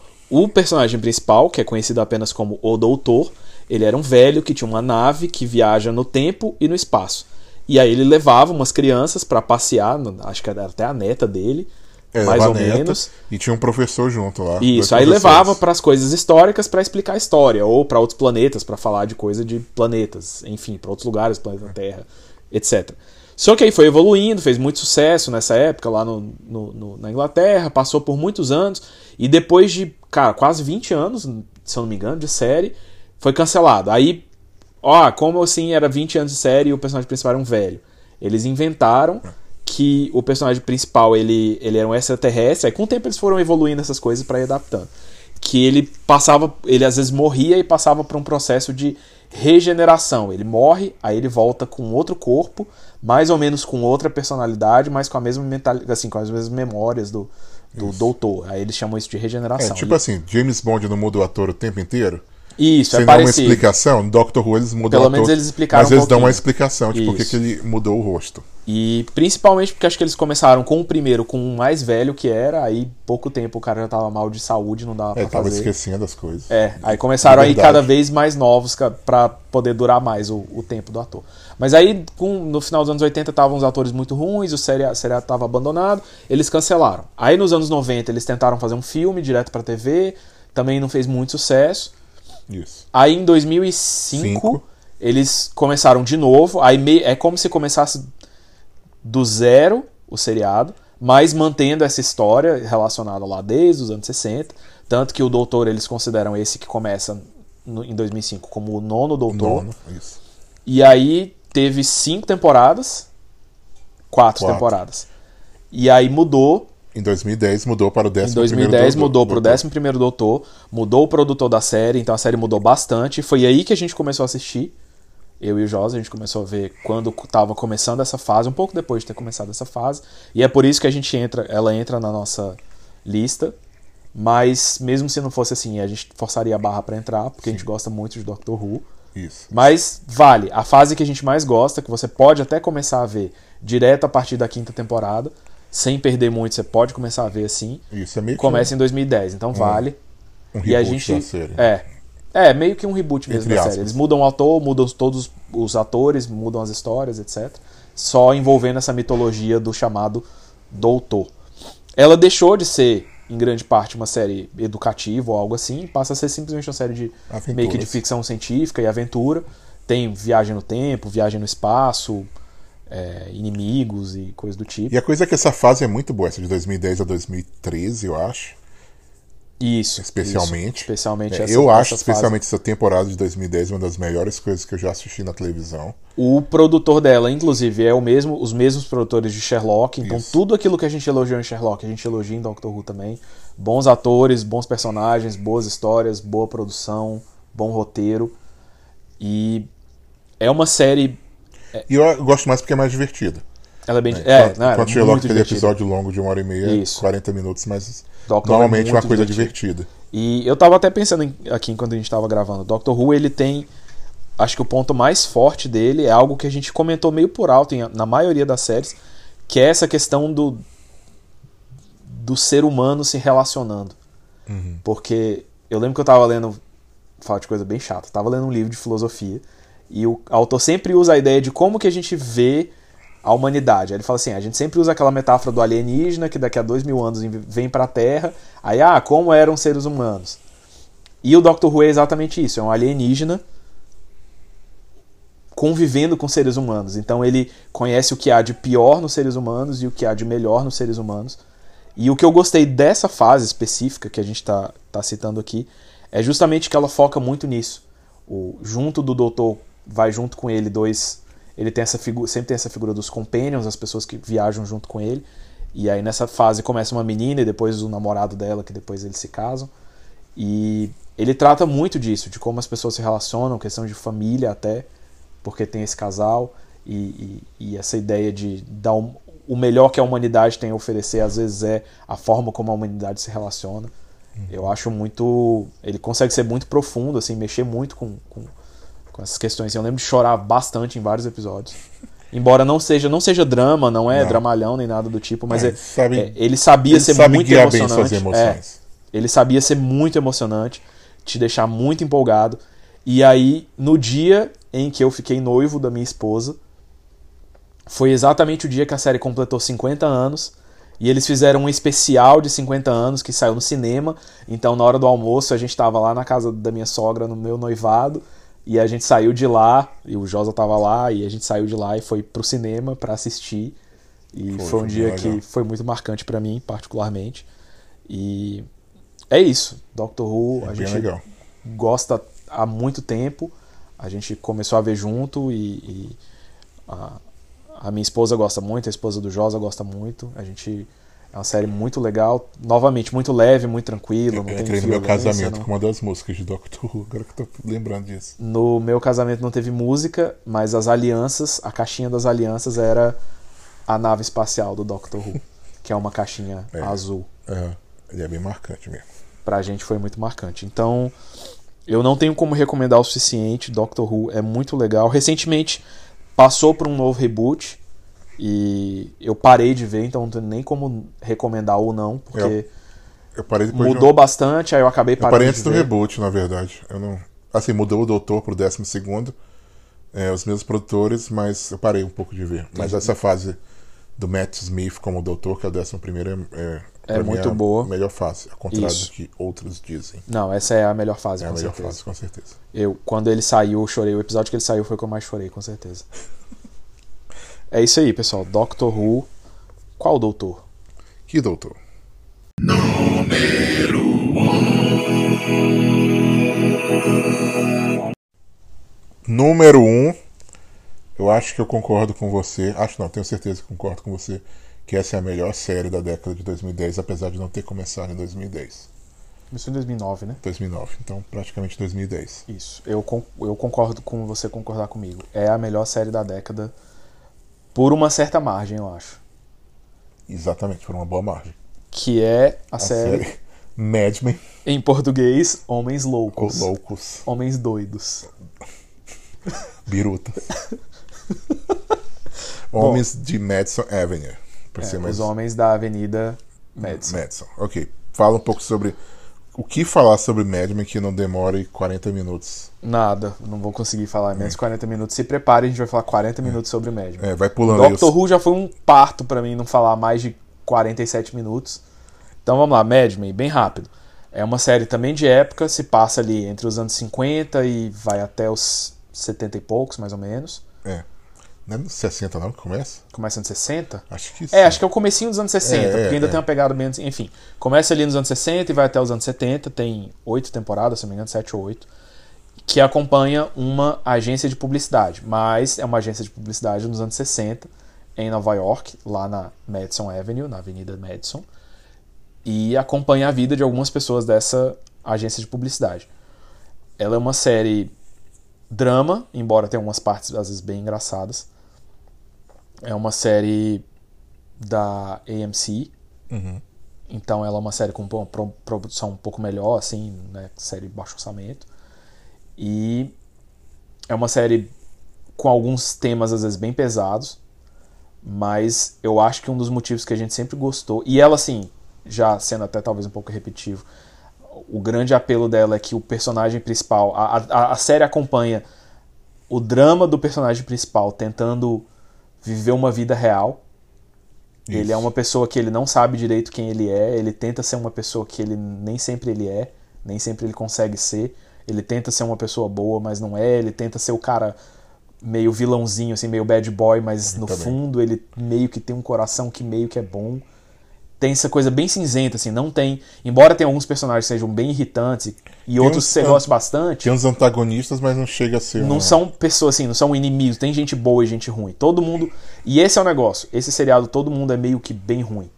[SPEAKER 2] o personagem principal, que é conhecido apenas como o Doutor, ele era um velho que tinha uma nave que viaja no tempo e no espaço. E aí ele levava umas crianças pra passear, no- acho que era até a neta dele,
[SPEAKER 3] É,
[SPEAKER 2] mais
[SPEAKER 3] a
[SPEAKER 2] ou
[SPEAKER 3] neta,
[SPEAKER 2] menos.
[SPEAKER 3] E tinha um professor junto lá. dois
[SPEAKER 2] Isso, aí
[SPEAKER 3] professores.
[SPEAKER 2] levava para as coisas históricas para explicar a história, ou para outros planetas, para falar de coisa de planetas, enfim, para outros lugares, planeta
[SPEAKER 3] É.
[SPEAKER 2] Terra, etc. Só que aí foi evoluindo, fez muito sucesso nessa época lá no- no- no- na Inglaterra, passou por muitos anos, e depois de, cara, quase 20 anos, se eu não me engano, de série, foi cancelado. Aí, ó, como assim era 20 anos de série e o personagem principal era um velho? Eles inventaram que o personagem principal ele, ele era um extraterrestre, aí com o tempo eles foram evoluindo essas coisas pra ir adaptando. Que ele passava, ele às vezes morria e passava por um processo de regeneração. Ele morre, aí ele volta com outro corpo, mais ou menos com outra personalidade, mas com a mesma mentalidade, assim, com as mesmas memórias do, do doutor. Aí eles chamam isso de
[SPEAKER 3] É
[SPEAKER 2] regeneração.
[SPEAKER 3] tipo assim, James Bond não muda o ator o tempo inteiro?
[SPEAKER 2] né? isso,
[SPEAKER 3] Sem
[SPEAKER 2] é
[SPEAKER 3] dar uma
[SPEAKER 2] parecido.
[SPEAKER 3] explicação, no Doctor Who eles mudam
[SPEAKER 2] Pelo
[SPEAKER 3] o ator.
[SPEAKER 2] menos eles explicaram
[SPEAKER 3] mas
[SPEAKER 2] um
[SPEAKER 3] eles dão
[SPEAKER 2] pouquinho.
[SPEAKER 3] uma explicação de por que
[SPEAKER 2] Isso.
[SPEAKER 3] que ele mudou o rosto.
[SPEAKER 2] E principalmente porque acho que eles começaram com o primeiro, com o mais velho que era, aí pouco tempo o cara já tava mal de saúde, não dava
[SPEAKER 3] É,
[SPEAKER 2] pra
[SPEAKER 3] ele tava
[SPEAKER 2] fazer.
[SPEAKER 3] esquecendo as coisas.
[SPEAKER 2] É, aí começaram aí
[SPEAKER 3] Verdade.
[SPEAKER 2] cada vez mais novos ca- pra poder durar mais o, o tempo do ator. Mas aí com- no final dos anos 80 estavam os atores muito ruins, o seriado seria tava abandonado, eles cancelaram. Aí nos anos 90 eles tentaram fazer um filme direto pra TV, também não fez muito sucesso.
[SPEAKER 3] Isso.
[SPEAKER 2] Aí em 2005
[SPEAKER 3] Cinco.
[SPEAKER 2] eles começaram de novo. Aí mei- é como se começasse do zero o seriado, mas mantendo essa história relacionada lá desde os anos 60. Tanto que o Doutor eles consideram esse que começa no- em 2005 como o nono
[SPEAKER 3] O
[SPEAKER 2] Doutor.
[SPEAKER 3] nono. Isso.
[SPEAKER 2] E aí teve cinco temporadas, quatro,
[SPEAKER 3] Quatro.
[SPEAKER 2] temporadas. E aí mudou
[SPEAKER 3] Em 2010 mudou para é o
[SPEAKER 2] em
[SPEAKER 3] décimo
[SPEAKER 2] 2010
[SPEAKER 3] primeiro
[SPEAKER 2] mudou
[SPEAKER 3] doutor.
[SPEAKER 2] pro 11 Doutor, mudou o produtor da série, então a série mudou bastante. Foi aí que a gente começou a assistir. Eu e o Josa, a gente começou a ver quando tava começando essa fase, um pouco depois de ter começado essa fase. E é por isso que a gente entra, ela entra na nossa lista. Mas mesmo se não fosse assim, a gente forçaria a barra pra entrar, porque a gente gosta muito de Doctor Who.
[SPEAKER 3] Isso.
[SPEAKER 2] Mas vale, a fase que a gente mais gosta, que você pode até começar a ver direto a partir da quinta temporada, sem perder muito, você pode começar a ver assim.
[SPEAKER 3] Isso é meio que
[SPEAKER 2] Começa em 2010, então vale.
[SPEAKER 3] um, um
[SPEAKER 2] E a
[SPEAKER 3] reboot
[SPEAKER 2] gente.
[SPEAKER 3] da série.
[SPEAKER 2] É. É, meio que um reboot mesmo
[SPEAKER 3] Entre
[SPEAKER 2] da
[SPEAKER 3] aspas.
[SPEAKER 2] série. Eles mudam o ator, mudam todos os atores, mudam as histórias, etc. Só envolvendo essa mitologia do chamado Doutor. Ela deixou de ser, em grande parte, uma série educativa ou algo assim, e passa a ser simplesmente uma série de
[SPEAKER 3] Aventuras.
[SPEAKER 2] meio que de ficção científica e aventura. Tem viagem no tempo, viagem no espaço, é, inimigos e coisa do tipo.
[SPEAKER 3] E a coisa é que essa fase é muito boa, essa de 2010 a 2013, eu acho.
[SPEAKER 2] Isso.
[SPEAKER 3] Especialmente.
[SPEAKER 2] isso. Especialmente
[SPEAKER 3] É,
[SPEAKER 2] essa-
[SPEAKER 3] eu acho,
[SPEAKER 2] essa fase.
[SPEAKER 3] especialmente essa temporada de 2010, uma das melhores coisas que eu já assisti na televisão.
[SPEAKER 2] O produtor dela, inclusive, é o mesmo, os mesmos produtores de Sherlock. Então,
[SPEAKER 3] Isso.
[SPEAKER 2] tudo aquilo que a gente elogiou em Sherlock, a gente elogia em Doctor Who também. Bons atores, bons personagens, boas histórias, boa produção, bom roteiro. E é uma série.
[SPEAKER 3] E eu gosto mais porque é mais divertido.
[SPEAKER 2] Ela é bem. É,
[SPEAKER 3] Enquanto-
[SPEAKER 2] não, era
[SPEAKER 3] enquanto
[SPEAKER 2] muito
[SPEAKER 3] Sherlock aquele
[SPEAKER 2] divertida.
[SPEAKER 3] episódio longo de uma hora e meia,
[SPEAKER 2] Isso.
[SPEAKER 3] 40 minutos, mas
[SPEAKER 2] Doctor
[SPEAKER 3] normalmente
[SPEAKER 2] é
[SPEAKER 3] é uma
[SPEAKER 2] muito
[SPEAKER 3] coisa
[SPEAKER 2] divertido.
[SPEAKER 3] divertida.
[SPEAKER 2] E eu tava até pensando em- aqui enquanto a gente tava gravando. Doctor Who, ele tem. Acho que o ponto mais forte dele é algo que a gente comentou meio por alto em- na maioria das séries, que é essa questão do. do ser humano se relacionando. Porque eu lembro que eu tava lendo. Fala de coisa bem chata. Tava lendo um livro de filosofia. E o autor sempre usa a ideia de como que a gente vê a humanidade. Aí ele fala assim: a gente sempre usa aquela metáfora do alienígena que daqui a dois mil anos vem pra Terra. Aí, ah, como eram os seres humanos. E o Dr. Who é exatamente isso: é um alienígena convivendo com seres humanos. Então ele conhece o que há de pior nos seres humanos e o que há de melhor nos seres humanos. E o que eu gostei dessa fase específica que a gente está tá citando aqui é justamente que ela foca muito nisso. O junto do doutor vai junto com ele dois, ele tem essa figura, sempre tem essa figura dos companions, as pessoas que viajam junto com ele. E aí nessa fase começa uma menina e depois o namorado dela, que depois eles se casam. E ele trata muito disso, de como as pessoas se relacionam, questão de família até, porque tem esse casal e, e- e essa ideia de dar um- o melhor que a humanidade tem a oferecer, às vezes é a forma como a humanidade se relaciona.
[SPEAKER 3] Uhum.
[SPEAKER 2] Eu acho muito. Ele consegue ser muito profundo, assim, mexer muito com, com, com essas questões. Eu lembro de chorar bastante em vários episódios. Embora não seja, não seja drama, não é
[SPEAKER 3] Não.
[SPEAKER 2] dramalhão nem nada do tipo, mas
[SPEAKER 3] É,
[SPEAKER 2] é-
[SPEAKER 3] sabe-
[SPEAKER 2] é- ele sabia
[SPEAKER 3] Ele
[SPEAKER 2] ser
[SPEAKER 3] sabe
[SPEAKER 2] muito
[SPEAKER 3] guiar bem
[SPEAKER 2] emocionante.
[SPEAKER 3] suas
[SPEAKER 2] é.
[SPEAKER 3] emoções.
[SPEAKER 2] Ele sabia ser muito emocionante, te deixar muito empolgado. E aí, no dia em que eu fiquei noivo da minha esposa, foi exatamente o dia que a série completou 50 anos. E eles fizeram um especial de 50 anos que saiu no cinema. Então, na hora do almoço, a gente tava lá na casa da minha sogra, no meu noivado. E a gente saiu de lá, e o Josa tava lá, e a gente saiu de lá e foi pro cinema pra assistir. E
[SPEAKER 3] Foi,
[SPEAKER 2] foi,
[SPEAKER 3] foi
[SPEAKER 2] um dia
[SPEAKER 3] legal.
[SPEAKER 2] que foi muito marcante pra mim, particularmente. E é isso. Doctor Who, a
[SPEAKER 3] É Bem
[SPEAKER 2] gente
[SPEAKER 3] legal.
[SPEAKER 2] gosta há muito tempo. A gente começou a ver junto e, e a, A minha esposa gosta muito, a esposa do Josa gosta muito. A gente. É uma série muito legal. Novamente, muito leve, muito tranquilo.
[SPEAKER 3] Eu
[SPEAKER 2] não tem
[SPEAKER 3] entrei no é meu
[SPEAKER 2] violência,
[SPEAKER 3] casamento
[SPEAKER 2] não-
[SPEAKER 3] com uma das músicas de Doctor Who, agora que eu tô lembrando disso.
[SPEAKER 2] No meu casamento não teve música, mas as alianças, a caixinha das alianças era a nave espacial do Doctor Who, que é uma caixinha
[SPEAKER 3] É.
[SPEAKER 2] azul.
[SPEAKER 3] É, ele é bem marcante mesmo.
[SPEAKER 2] Pra gente foi muito marcante. Então, eu não tenho como recomendar o suficiente. Doctor Who é muito legal. Recentemente passou por um novo reboot e eu parei de ver, então não tenho nem como recomendar ou não, porque
[SPEAKER 3] É, Eu parei depois de um-
[SPEAKER 2] mudou bastante, aí eu acabei
[SPEAKER 3] Eu parei
[SPEAKER 2] parando
[SPEAKER 3] antes
[SPEAKER 2] de
[SPEAKER 3] do
[SPEAKER 2] ver.
[SPEAKER 3] reboot, na verdade. Eu não... Assim, mudou o Doutor pro 12 segundo. É, os mesmos produtores, mas eu parei um pouco de ver. Mas essa fase do Matt Smith como Doutor, que é o 11 primeiro, é, pra mim,
[SPEAKER 2] muito
[SPEAKER 3] a
[SPEAKER 2] boa.
[SPEAKER 3] melhor fase, ao contrário
[SPEAKER 2] Isso.
[SPEAKER 3] do que outros dizem.
[SPEAKER 2] Não, essa é a melhor fase,
[SPEAKER 3] É a
[SPEAKER 2] com
[SPEAKER 3] melhor
[SPEAKER 2] certeza.
[SPEAKER 3] fase, com certeza.
[SPEAKER 2] Eu, quando ele saiu, eu chorei. O episódio que ele saiu foi o que eu mais chorei, com certeza. É isso aí, pessoal. Doctor Who. Qual doutor?
[SPEAKER 3] Que Doutor? Número 1. Um, eu acho que eu concordo com você. Acho não, tenho certeza que concordo com você. Que essa é a melhor série da década de 2010, apesar de não ter começado em 2010.
[SPEAKER 2] Começou em 2009, né?
[SPEAKER 3] 2009, então praticamente 2010.
[SPEAKER 2] Isso. Eu, con- eu concordo com você concordar comigo. É a melhor série da década. Por uma certa margem, eu acho.
[SPEAKER 3] Exatamente, por uma boa margem.
[SPEAKER 2] Que é a,
[SPEAKER 3] A
[SPEAKER 2] série,
[SPEAKER 3] série Mad Men
[SPEAKER 2] em português, Homens
[SPEAKER 3] ou
[SPEAKER 2] Loucos.
[SPEAKER 3] Loucos,
[SPEAKER 2] Homens Doidos.
[SPEAKER 3] Birutas. Homens de Madison Avenue. Pra ser
[SPEAKER 2] É,
[SPEAKER 3] mais
[SPEAKER 2] os Homens da Avenida Madison.
[SPEAKER 3] Madison. Ok. Fala um pouco sobre o que falar sobre Mad Men que não demore 40 minutos.
[SPEAKER 2] Nada. Não vou conseguir falar em menos de 40 minutos. Se preparem, a gente vai falar 40 minutos sobre o médium.
[SPEAKER 3] É, vai pulando aí. os-
[SPEAKER 2] Doctor Who já foi um parto pra mim não falar mais de 47 minutos. Então vamos lá, Mad Men, bem rápido. É uma série também de época, se passa ali entre os anos 50 e vai até os 70 e poucos, mais ou menos.
[SPEAKER 3] É. Não é nos 60 não que começa?
[SPEAKER 2] Começa nos 60?
[SPEAKER 3] Acho que sim.
[SPEAKER 2] É, acho que é o comecinho dos anos 60,
[SPEAKER 3] É, é,
[SPEAKER 2] porque ainda
[SPEAKER 3] é.
[SPEAKER 2] tem uma pegada menos. Enfim, começa ali nos anos 60 e vai até os anos 70, tem oito temporadas, se não me engano, sete ou oito, que acompanha uma agência de publicidade, mas é uma agência de publicidade nos anos 60, em Nova York, lá na Madison Avenue, na Avenida Madison, e acompanha a vida de algumas pessoas dessa agência de publicidade. Ela é uma série drama, embora tenha algumas partes às vezes bem engraçadas. É uma série da AMC. Então ela é uma série com uma pro- produção um pouco melhor, assim, né? Série de baixo orçamento. E é uma série com alguns temas às vezes bem pesados, mas eu acho que um dos motivos que a gente sempre gostou, e ela assim, já sendo até talvez um pouco repetitivo, o grande apelo dela é que o personagem principal, a, a, a série acompanha o drama do personagem principal tentando viver uma vida real, ele é uma pessoa que ele não sabe direito quem ele é, ele tenta ser uma pessoa que ele nem sempre ele é, nem sempre ele consegue ser. Ele tenta ser uma pessoa boa, mas não é, ele tenta ser o cara meio vilãozinho, assim, meio bad boy, mas no
[SPEAKER 3] também.
[SPEAKER 2] fundo ele meio que tem um coração que meio que é bom. Tem essa coisa bem cinzenta, assim, não tem. Embora tenha alguns personagens que sejam bem irritantes e outros
[SPEAKER 3] uns
[SPEAKER 2] que você
[SPEAKER 3] an-
[SPEAKER 2] goste bastante,
[SPEAKER 3] Tinha uns antagonistas, mas não chega a ser
[SPEAKER 2] não
[SPEAKER 3] um...
[SPEAKER 2] são pessoas assim, não são inimigos, tem gente boa e gente ruim. Todo mundo. E esse é o negócio. Esse seriado, todo mundo é meio que bem ruim.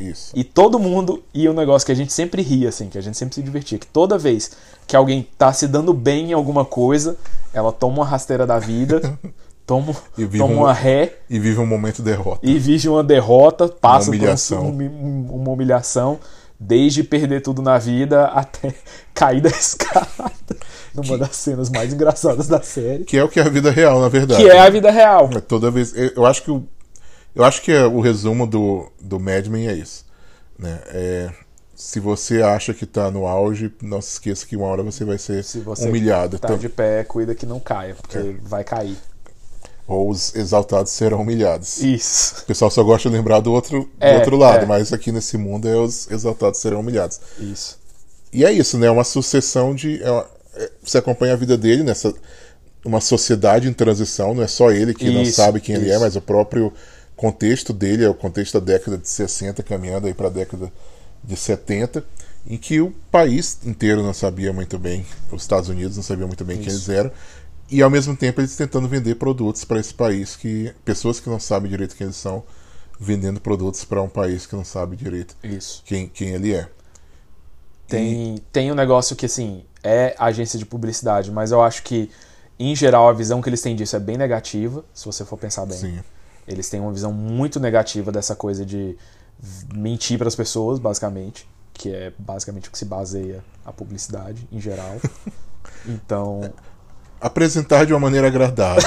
[SPEAKER 3] Isso.
[SPEAKER 2] E todo mundo, e o negócio que a gente sempre ria, assim, que a gente sempre se divertia, que toda vez que alguém tá se dando bem em alguma coisa, ela toma uma rasteira da vida, toma,
[SPEAKER 3] E vive
[SPEAKER 2] toma
[SPEAKER 3] um-
[SPEAKER 2] uma ré
[SPEAKER 3] E vive um momento derrota.
[SPEAKER 2] e vive uma derrota, passa
[SPEAKER 3] humilhação.
[SPEAKER 2] por um- um- uma humilhação, desde perder tudo na vida até cair da escada, numa das cenas mais engraçadas da série,
[SPEAKER 3] Que é o que é a vida real, na verdade.
[SPEAKER 2] que é a vida real.
[SPEAKER 3] É Toda vez. eu- Eu acho que o, eu acho que é o resumo do, do Mad Men é isso. Né? É, se você acha que tá no auge, não se esqueça que uma hora você vai ser
[SPEAKER 2] Se você
[SPEAKER 3] humilhado.
[SPEAKER 2] tá
[SPEAKER 3] tam-
[SPEAKER 2] de pé, cuida que não caia, porque vai cair.
[SPEAKER 3] Ou os exaltados serão humilhados.
[SPEAKER 2] Isso.
[SPEAKER 3] O pessoal só gosta de lembrar do outro, do
[SPEAKER 2] É,
[SPEAKER 3] outro lado,
[SPEAKER 2] é.
[SPEAKER 3] mas aqui nesse mundo é os exaltados serão humilhados.
[SPEAKER 2] Isso.
[SPEAKER 3] E é isso, né? É uma sucessão de. é uma- é- você acompanha a vida dele nessa. Uma sociedade em transição, não é só ele que não
[SPEAKER 2] Isso,
[SPEAKER 3] sabe quem ele é,
[SPEAKER 2] isso.
[SPEAKER 3] mas o próprio contexto dele é o contexto da década de 60, caminhando aí para a década de 70, em que o país inteiro não sabia muito bem, os Estados Unidos não sabiam muito bem quem eles eram, E ao mesmo tempo eles tentando vender produtos para esse país que pessoas que não sabem direito quem eles são vendendo produtos para um país que não sabe direito
[SPEAKER 2] Isso.
[SPEAKER 3] quem, quem ele é.
[SPEAKER 2] Tem, tem um negócio que, assim, é agência de publicidade, mas eu acho que, em geral, a visão que eles têm disso é bem negativa, se você for pensar bem.
[SPEAKER 3] Sim.
[SPEAKER 2] Eles têm uma visão muito negativa dessa coisa de mentir para as pessoas, basicamente, que é basicamente o que se baseia a publicidade, em geral. Então,
[SPEAKER 3] Apresentar de uma maneira agradável.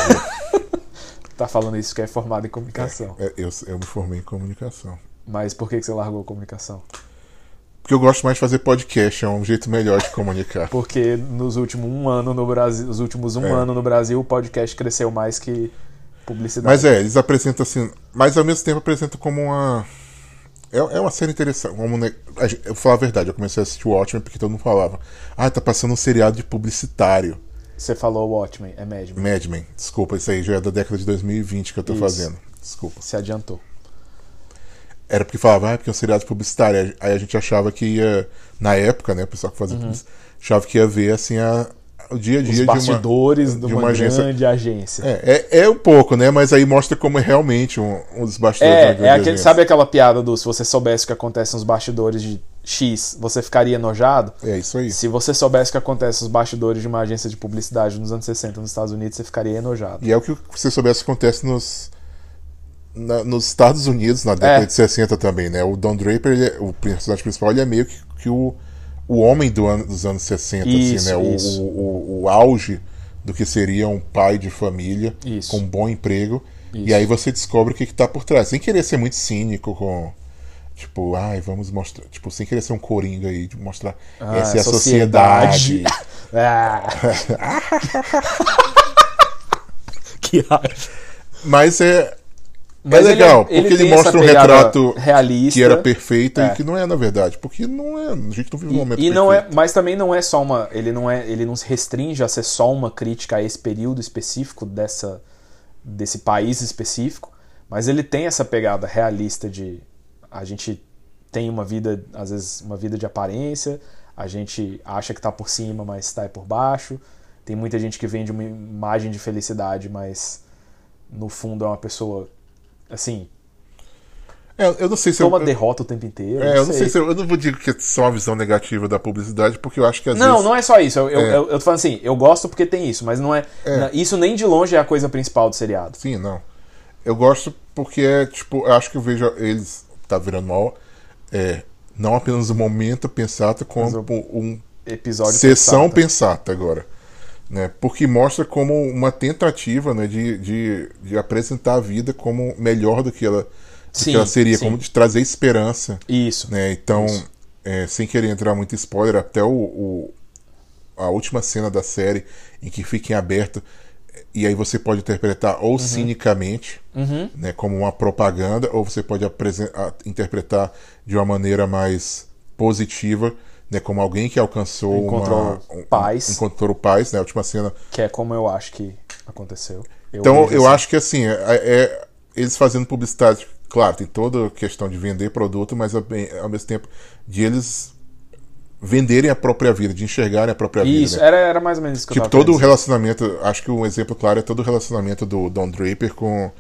[SPEAKER 2] tá falando isso que é formado em comunicação.
[SPEAKER 3] É, eu, eu me formei em comunicação.
[SPEAKER 2] Mas por que que você largou a comunicação?
[SPEAKER 3] Porque eu gosto mais de fazer podcast, é um jeito melhor de comunicar.
[SPEAKER 2] Porque nos últimos um ano no Brasil, nos últimos
[SPEAKER 3] É.
[SPEAKER 2] um ano no Brasil, o podcast cresceu mais que publicidade.
[SPEAKER 3] Mas é, eles apresentam assim. Mas ao mesmo tempo apresentam como uma. É, é uma série interessante. Como, ne- a gen- Eu vou falar a verdade, eu comecei a assistir o Watchmen porque todo mundo falava. Ah, tá passando um seriado de publicitário.
[SPEAKER 2] Você falou Watchmen, é Mad Men.
[SPEAKER 3] Mad Men, desculpa, isso aí já é da década de 2020 que eu tô
[SPEAKER 2] Isso.
[SPEAKER 3] fazendo. Desculpa.
[SPEAKER 2] Se adiantou.
[SPEAKER 3] Era porque falava, ah, porque é um seriado publicitário. Aí a gente achava que ia, na época, né, o pessoal que fazia publicidade, achava que ia ver, assim, a, o dia a dia
[SPEAKER 2] Uhum. Os
[SPEAKER 3] é de uma-
[SPEAKER 2] bastidores de uma,
[SPEAKER 3] agência.
[SPEAKER 2] grande agência.
[SPEAKER 3] É, é, é um pouco, né, mas aí mostra como é realmente um, um dos bastidores de uma
[SPEAKER 2] É,
[SPEAKER 3] grande
[SPEAKER 2] é aquele,
[SPEAKER 3] agência.
[SPEAKER 2] sabe aquela piada do se você soubesse o que acontece nos bastidores de X, você ficaria enojado?
[SPEAKER 3] É isso aí.
[SPEAKER 2] Se você soubesse o que acontece nos bastidores de uma agência de publicidade nos anos 60 nos Estados Unidos, você ficaria enojado.
[SPEAKER 3] E é o que você soubesse que acontece nos, na- nos Estados Unidos na década
[SPEAKER 2] É.
[SPEAKER 3] de 60 também, né? O Don Draper, ele é- o personagem principal, ele é meio que, que o, o homem do ano- dos anos 60,
[SPEAKER 2] Isso,
[SPEAKER 3] assim, né? O-
[SPEAKER 2] isso.
[SPEAKER 3] O, o, o auge do que seria um pai de família
[SPEAKER 2] Isso.
[SPEAKER 3] com um bom emprego.
[SPEAKER 2] Isso.
[SPEAKER 3] E aí você descobre o que, que tá por trás. Sem querer ser muito cínico com. Tipo, ai, vamos mostrar. Tipo, sem querer ser um coringa aí, de mostrar.
[SPEAKER 2] Ah,
[SPEAKER 3] essa é a sociedade.
[SPEAKER 2] Ah, que raiva.
[SPEAKER 3] Mas é.
[SPEAKER 2] Mas
[SPEAKER 3] é
[SPEAKER 2] ele-
[SPEAKER 3] legal,
[SPEAKER 2] ele
[SPEAKER 3] porque ele
[SPEAKER 2] tem essa
[SPEAKER 3] mostra um
[SPEAKER 2] pegada
[SPEAKER 3] retrato
[SPEAKER 2] realista.
[SPEAKER 3] que era perfeito
[SPEAKER 2] É.
[SPEAKER 3] e que não é, na verdade. Porque não é. A gente não vive um momento
[SPEAKER 2] E não é,
[SPEAKER 3] perfeito.
[SPEAKER 2] mas também não é só uma, ele não é, ele não se restringe a ser só uma crítica a esse período específico dessa desse país específico, mas ele tem essa pegada realista de a gente tem uma vida, às vezes uma vida de aparência, a gente acha que tá por cima, mas tá aí por baixo. Tem muita gente que vende uma imagem de felicidade, mas no fundo é uma pessoa assim,
[SPEAKER 3] É, eu não sei se
[SPEAKER 2] toma
[SPEAKER 3] eu.
[SPEAKER 2] derrota o tempo inteiro.
[SPEAKER 3] é, eu não sei se eu, eu não vou dizer que é só uma visão negativa da publicidade, porque eu acho que às
[SPEAKER 2] Não,
[SPEAKER 3] vezes.
[SPEAKER 2] não é só isso. Eu, eu,
[SPEAKER 3] É.
[SPEAKER 2] eu- eu tô falando assim, eu gosto porque tem isso, mas não é. na- Isso nem de longe é a coisa principal do seriado.
[SPEAKER 3] Sim, não. Eu gosto porque é, tipo, eu acho que eu vejo eles. Tá virando mal. É. Não apenas um momento pensado, como um
[SPEAKER 2] Episódio
[SPEAKER 3] Sessão
[SPEAKER 2] pensado.
[SPEAKER 3] pensata agora. Né? Porque mostra como uma tentativa né, de, de, de apresentar a vida como melhor do que ela, do
[SPEAKER 2] Sim,
[SPEAKER 3] que ela seria,
[SPEAKER 2] sim.
[SPEAKER 3] como de trazer esperança.
[SPEAKER 2] Isso.
[SPEAKER 3] Né? Então,
[SPEAKER 2] Isso.
[SPEAKER 3] é, sem querer entrar muito em spoiler, até o, o- a última cena da série em que fica em aberto, e aí você pode interpretar
[SPEAKER 2] Uhum.
[SPEAKER 3] ou cinicamente, né, como uma propaganda, ou você pode apresen- a- interpretar de uma maneira mais positiva, né, como alguém que alcançou
[SPEAKER 2] Encontrou
[SPEAKER 3] uma, um-
[SPEAKER 2] paz.
[SPEAKER 3] um- encontrou paz, né, a última cena
[SPEAKER 2] Que é como eu acho que aconteceu.
[SPEAKER 3] então,
[SPEAKER 2] vejo
[SPEAKER 3] eu
[SPEAKER 2] assim.
[SPEAKER 3] acho que assim, é, é- eles fazendo publicidade, claro, tem toda a questão de vender produto, mas ao, bem- ao mesmo tempo de eles venderem a própria vida, de enxergarem a própria
[SPEAKER 2] Isso,
[SPEAKER 3] vida. né?
[SPEAKER 2] era, era mais ou menos isso que
[SPEAKER 3] Tipo,
[SPEAKER 2] eu tava
[SPEAKER 3] todo o
[SPEAKER 2] querendo
[SPEAKER 3] relacionamento, acho que um exemplo claro é todo o relacionamento do Don Draper com,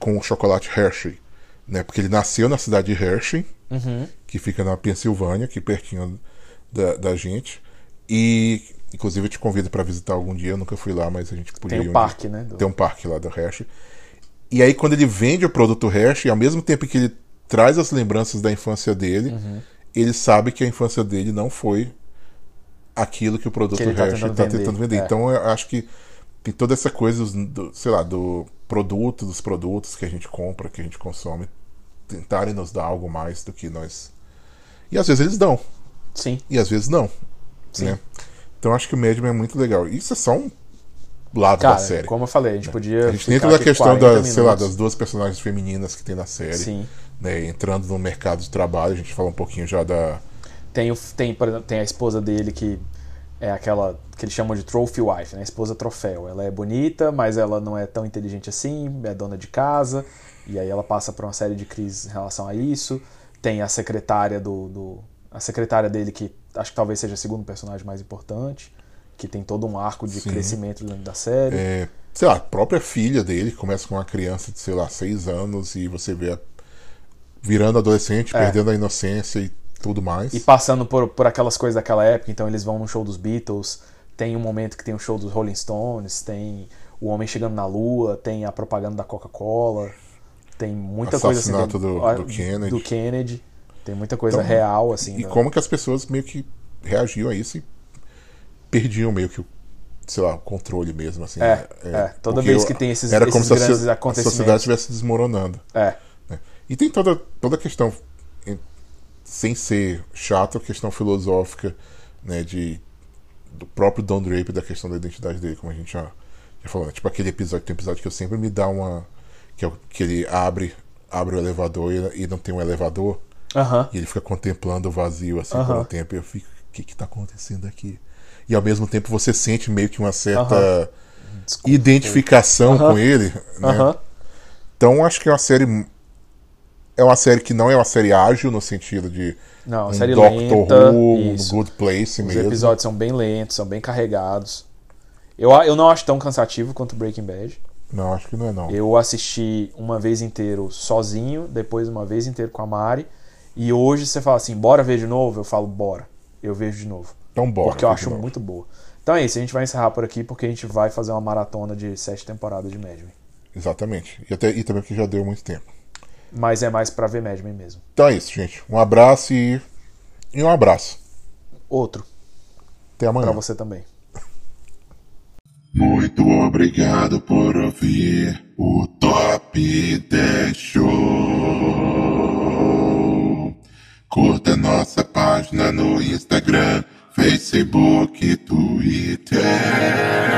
[SPEAKER 3] com o chocolate Hershey, né? Porque ele nasceu na cidade de Hershey,
[SPEAKER 2] Uhum.
[SPEAKER 3] que fica na Pensilvânia, aqui pertinho da, da gente, e inclusive eu te convido para visitar algum dia, eu nunca fui lá, mas a gente podia
[SPEAKER 2] dizer.
[SPEAKER 3] ir um dia.
[SPEAKER 2] Tem o parque, né? do-
[SPEAKER 3] Tem um parque lá do Hash. E aí, quando ele vende o produto Hash, ao mesmo tempo que ele traz as lembranças da infância dele, ele sabe que a infância dele não foi aquilo que o produto
[SPEAKER 2] Que ele tá
[SPEAKER 3] Hash
[SPEAKER 2] tentando
[SPEAKER 3] está
[SPEAKER 2] vender,
[SPEAKER 3] tentando vender.
[SPEAKER 2] é.
[SPEAKER 3] Então, eu acho que tem toda essa coisa, dos- do, sei lá, do produto, dos produtos que a gente compra, que a gente consome, tentarem nos dar algo mais do que nós. E às vezes eles dão,
[SPEAKER 2] Sim.
[SPEAKER 3] e às vezes não.
[SPEAKER 2] Sim.
[SPEAKER 3] né? Então, acho que o Medium é muito legal. Isso é só um lado da
[SPEAKER 2] Cara,
[SPEAKER 3] série. Né.
[SPEAKER 2] como eu falei, a gente podia.
[SPEAKER 3] A gente
[SPEAKER 2] ficar
[SPEAKER 3] dentro da
[SPEAKER 2] aqui
[SPEAKER 3] questão
[SPEAKER 2] 40
[SPEAKER 3] das, sei lá, das
[SPEAKER 2] minutos.
[SPEAKER 3] duas personagens femininas que tem na série,
[SPEAKER 2] Sim.
[SPEAKER 3] né, entrando no mercado de trabalho, a gente fala um pouquinho já da
[SPEAKER 2] Tem, o, tem, por exemplo, tem a esposa dele que é aquela que eles chamam de trophy wife, né? Esposa troféu. Ela é bonita, mas ela não é tão inteligente assim, é dona de casa, e aí ela passa por uma série de crises em relação a isso. Tem a secretária do. do- a secretária dele, que acho que talvez seja o segundo personagem mais importante, que tem todo um arco de
[SPEAKER 3] Sim.
[SPEAKER 2] crescimento dentro da série.
[SPEAKER 3] É, sei lá, a própria filha dele, que começa com uma criança de, sei lá, seis anos e você vê a- virando adolescente, perdendo a inocência e tudo mais.
[SPEAKER 2] É. E passando por, por aquelas coisas daquela época, então eles vão no show dos Beatles, tem um momento que tem o show dos Rolling Stones, tem o homem chegando na lua, tem a propaganda da Coca-cola, tem muita coisa assim.
[SPEAKER 3] Assassinato
[SPEAKER 2] tem-
[SPEAKER 3] do-
[SPEAKER 2] a-
[SPEAKER 3] do Kennedy.
[SPEAKER 2] do Kennedy, tem muita coisa
[SPEAKER 3] Então,
[SPEAKER 2] real assim.
[SPEAKER 3] E
[SPEAKER 2] da-
[SPEAKER 3] como que as pessoas meio que reagiam a isso e perdiam meio que o, sei lá, o controle mesmo, assim.
[SPEAKER 2] É, é. Toda
[SPEAKER 3] porque
[SPEAKER 2] vez que tem esses-
[SPEAKER 3] era como
[SPEAKER 2] esses
[SPEAKER 3] se a so-
[SPEAKER 2] grandes
[SPEAKER 3] A sociedade
[SPEAKER 2] acontecimentos.
[SPEAKER 3] estivesse desmoronando.
[SPEAKER 2] É,
[SPEAKER 3] né? E tem toda, toda a questão, em- sem ser chato, a questão filosófica né, de, do próprio Don Draper, da questão da identidade dele, como a gente já, já falou. né? Tipo aquele episódio, tem um episódio que eu sempre me dá uma. que, é o- que ele abre, abre o elevador e, e não tem um elevador,
[SPEAKER 2] aham.
[SPEAKER 3] e ele fica contemplando o vazio assim por um
[SPEAKER 2] Aham.
[SPEAKER 3] tempo, e eu fico, o que que tá acontecendo aqui? E ao mesmo tempo você sente meio que uma certa
[SPEAKER 2] Desculpa.
[SPEAKER 3] identificação com
[SPEAKER 2] Aham.
[SPEAKER 3] ele, né?
[SPEAKER 2] Aham.
[SPEAKER 3] Então acho que é uma série. É uma série que não é uma série ágil no sentido de
[SPEAKER 2] Não,
[SPEAKER 3] um
[SPEAKER 2] série
[SPEAKER 3] Doctor
[SPEAKER 2] lenta,
[SPEAKER 3] Who,
[SPEAKER 2] isso.
[SPEAKER 3] um Good Place
[SPEAKER 2] Os
[SPEAKER 3] mesmo.
[SPEAKER 2] episódios são bem lentos, são bem carregados. Eu, a- eu não acho tão cansativo quanto Breaking Bad.
[SPEAKER 3] Não, acho que não é não.
[SPEAKER 2] Eu assisti uma vez inteiro sozinho, depois uma vez inteiro com a Mari. E hoje você fala assim, bora ver de novo? Eu falo, bora. Eu vejo de novo.
[SPEAKER 3] Então bora.
[SPEAKER 2] porque eu
[SPEAKER 3] vamos
[SPEAKER 2] acho
[SPEAKER 3] lá.
[SPEAKER 2] muito boa. Então é isso, a gente vai encerrar por aqui porque a gente vai fazer uma maratona de sete temporadas de Mad Men.
[SPEAKER 3] Exatamente. E, até, e também porque já deu muito tempo.
[SPEAKER 2] Mas é mais pra ver Mad Men mesmo.
[SPEAKER 3] Então é isso, gente. Um abraço e. E um abraço.
[SPEAKER 2] Outro,
[SPEAKER 3] Até amanhã.
[SPEAKER 2] pra você também.
[SPEAKER 1] Muito obrigado por ouvir o Top 10 Show. Curta nossa página no Instagram, Facebook e Twitter.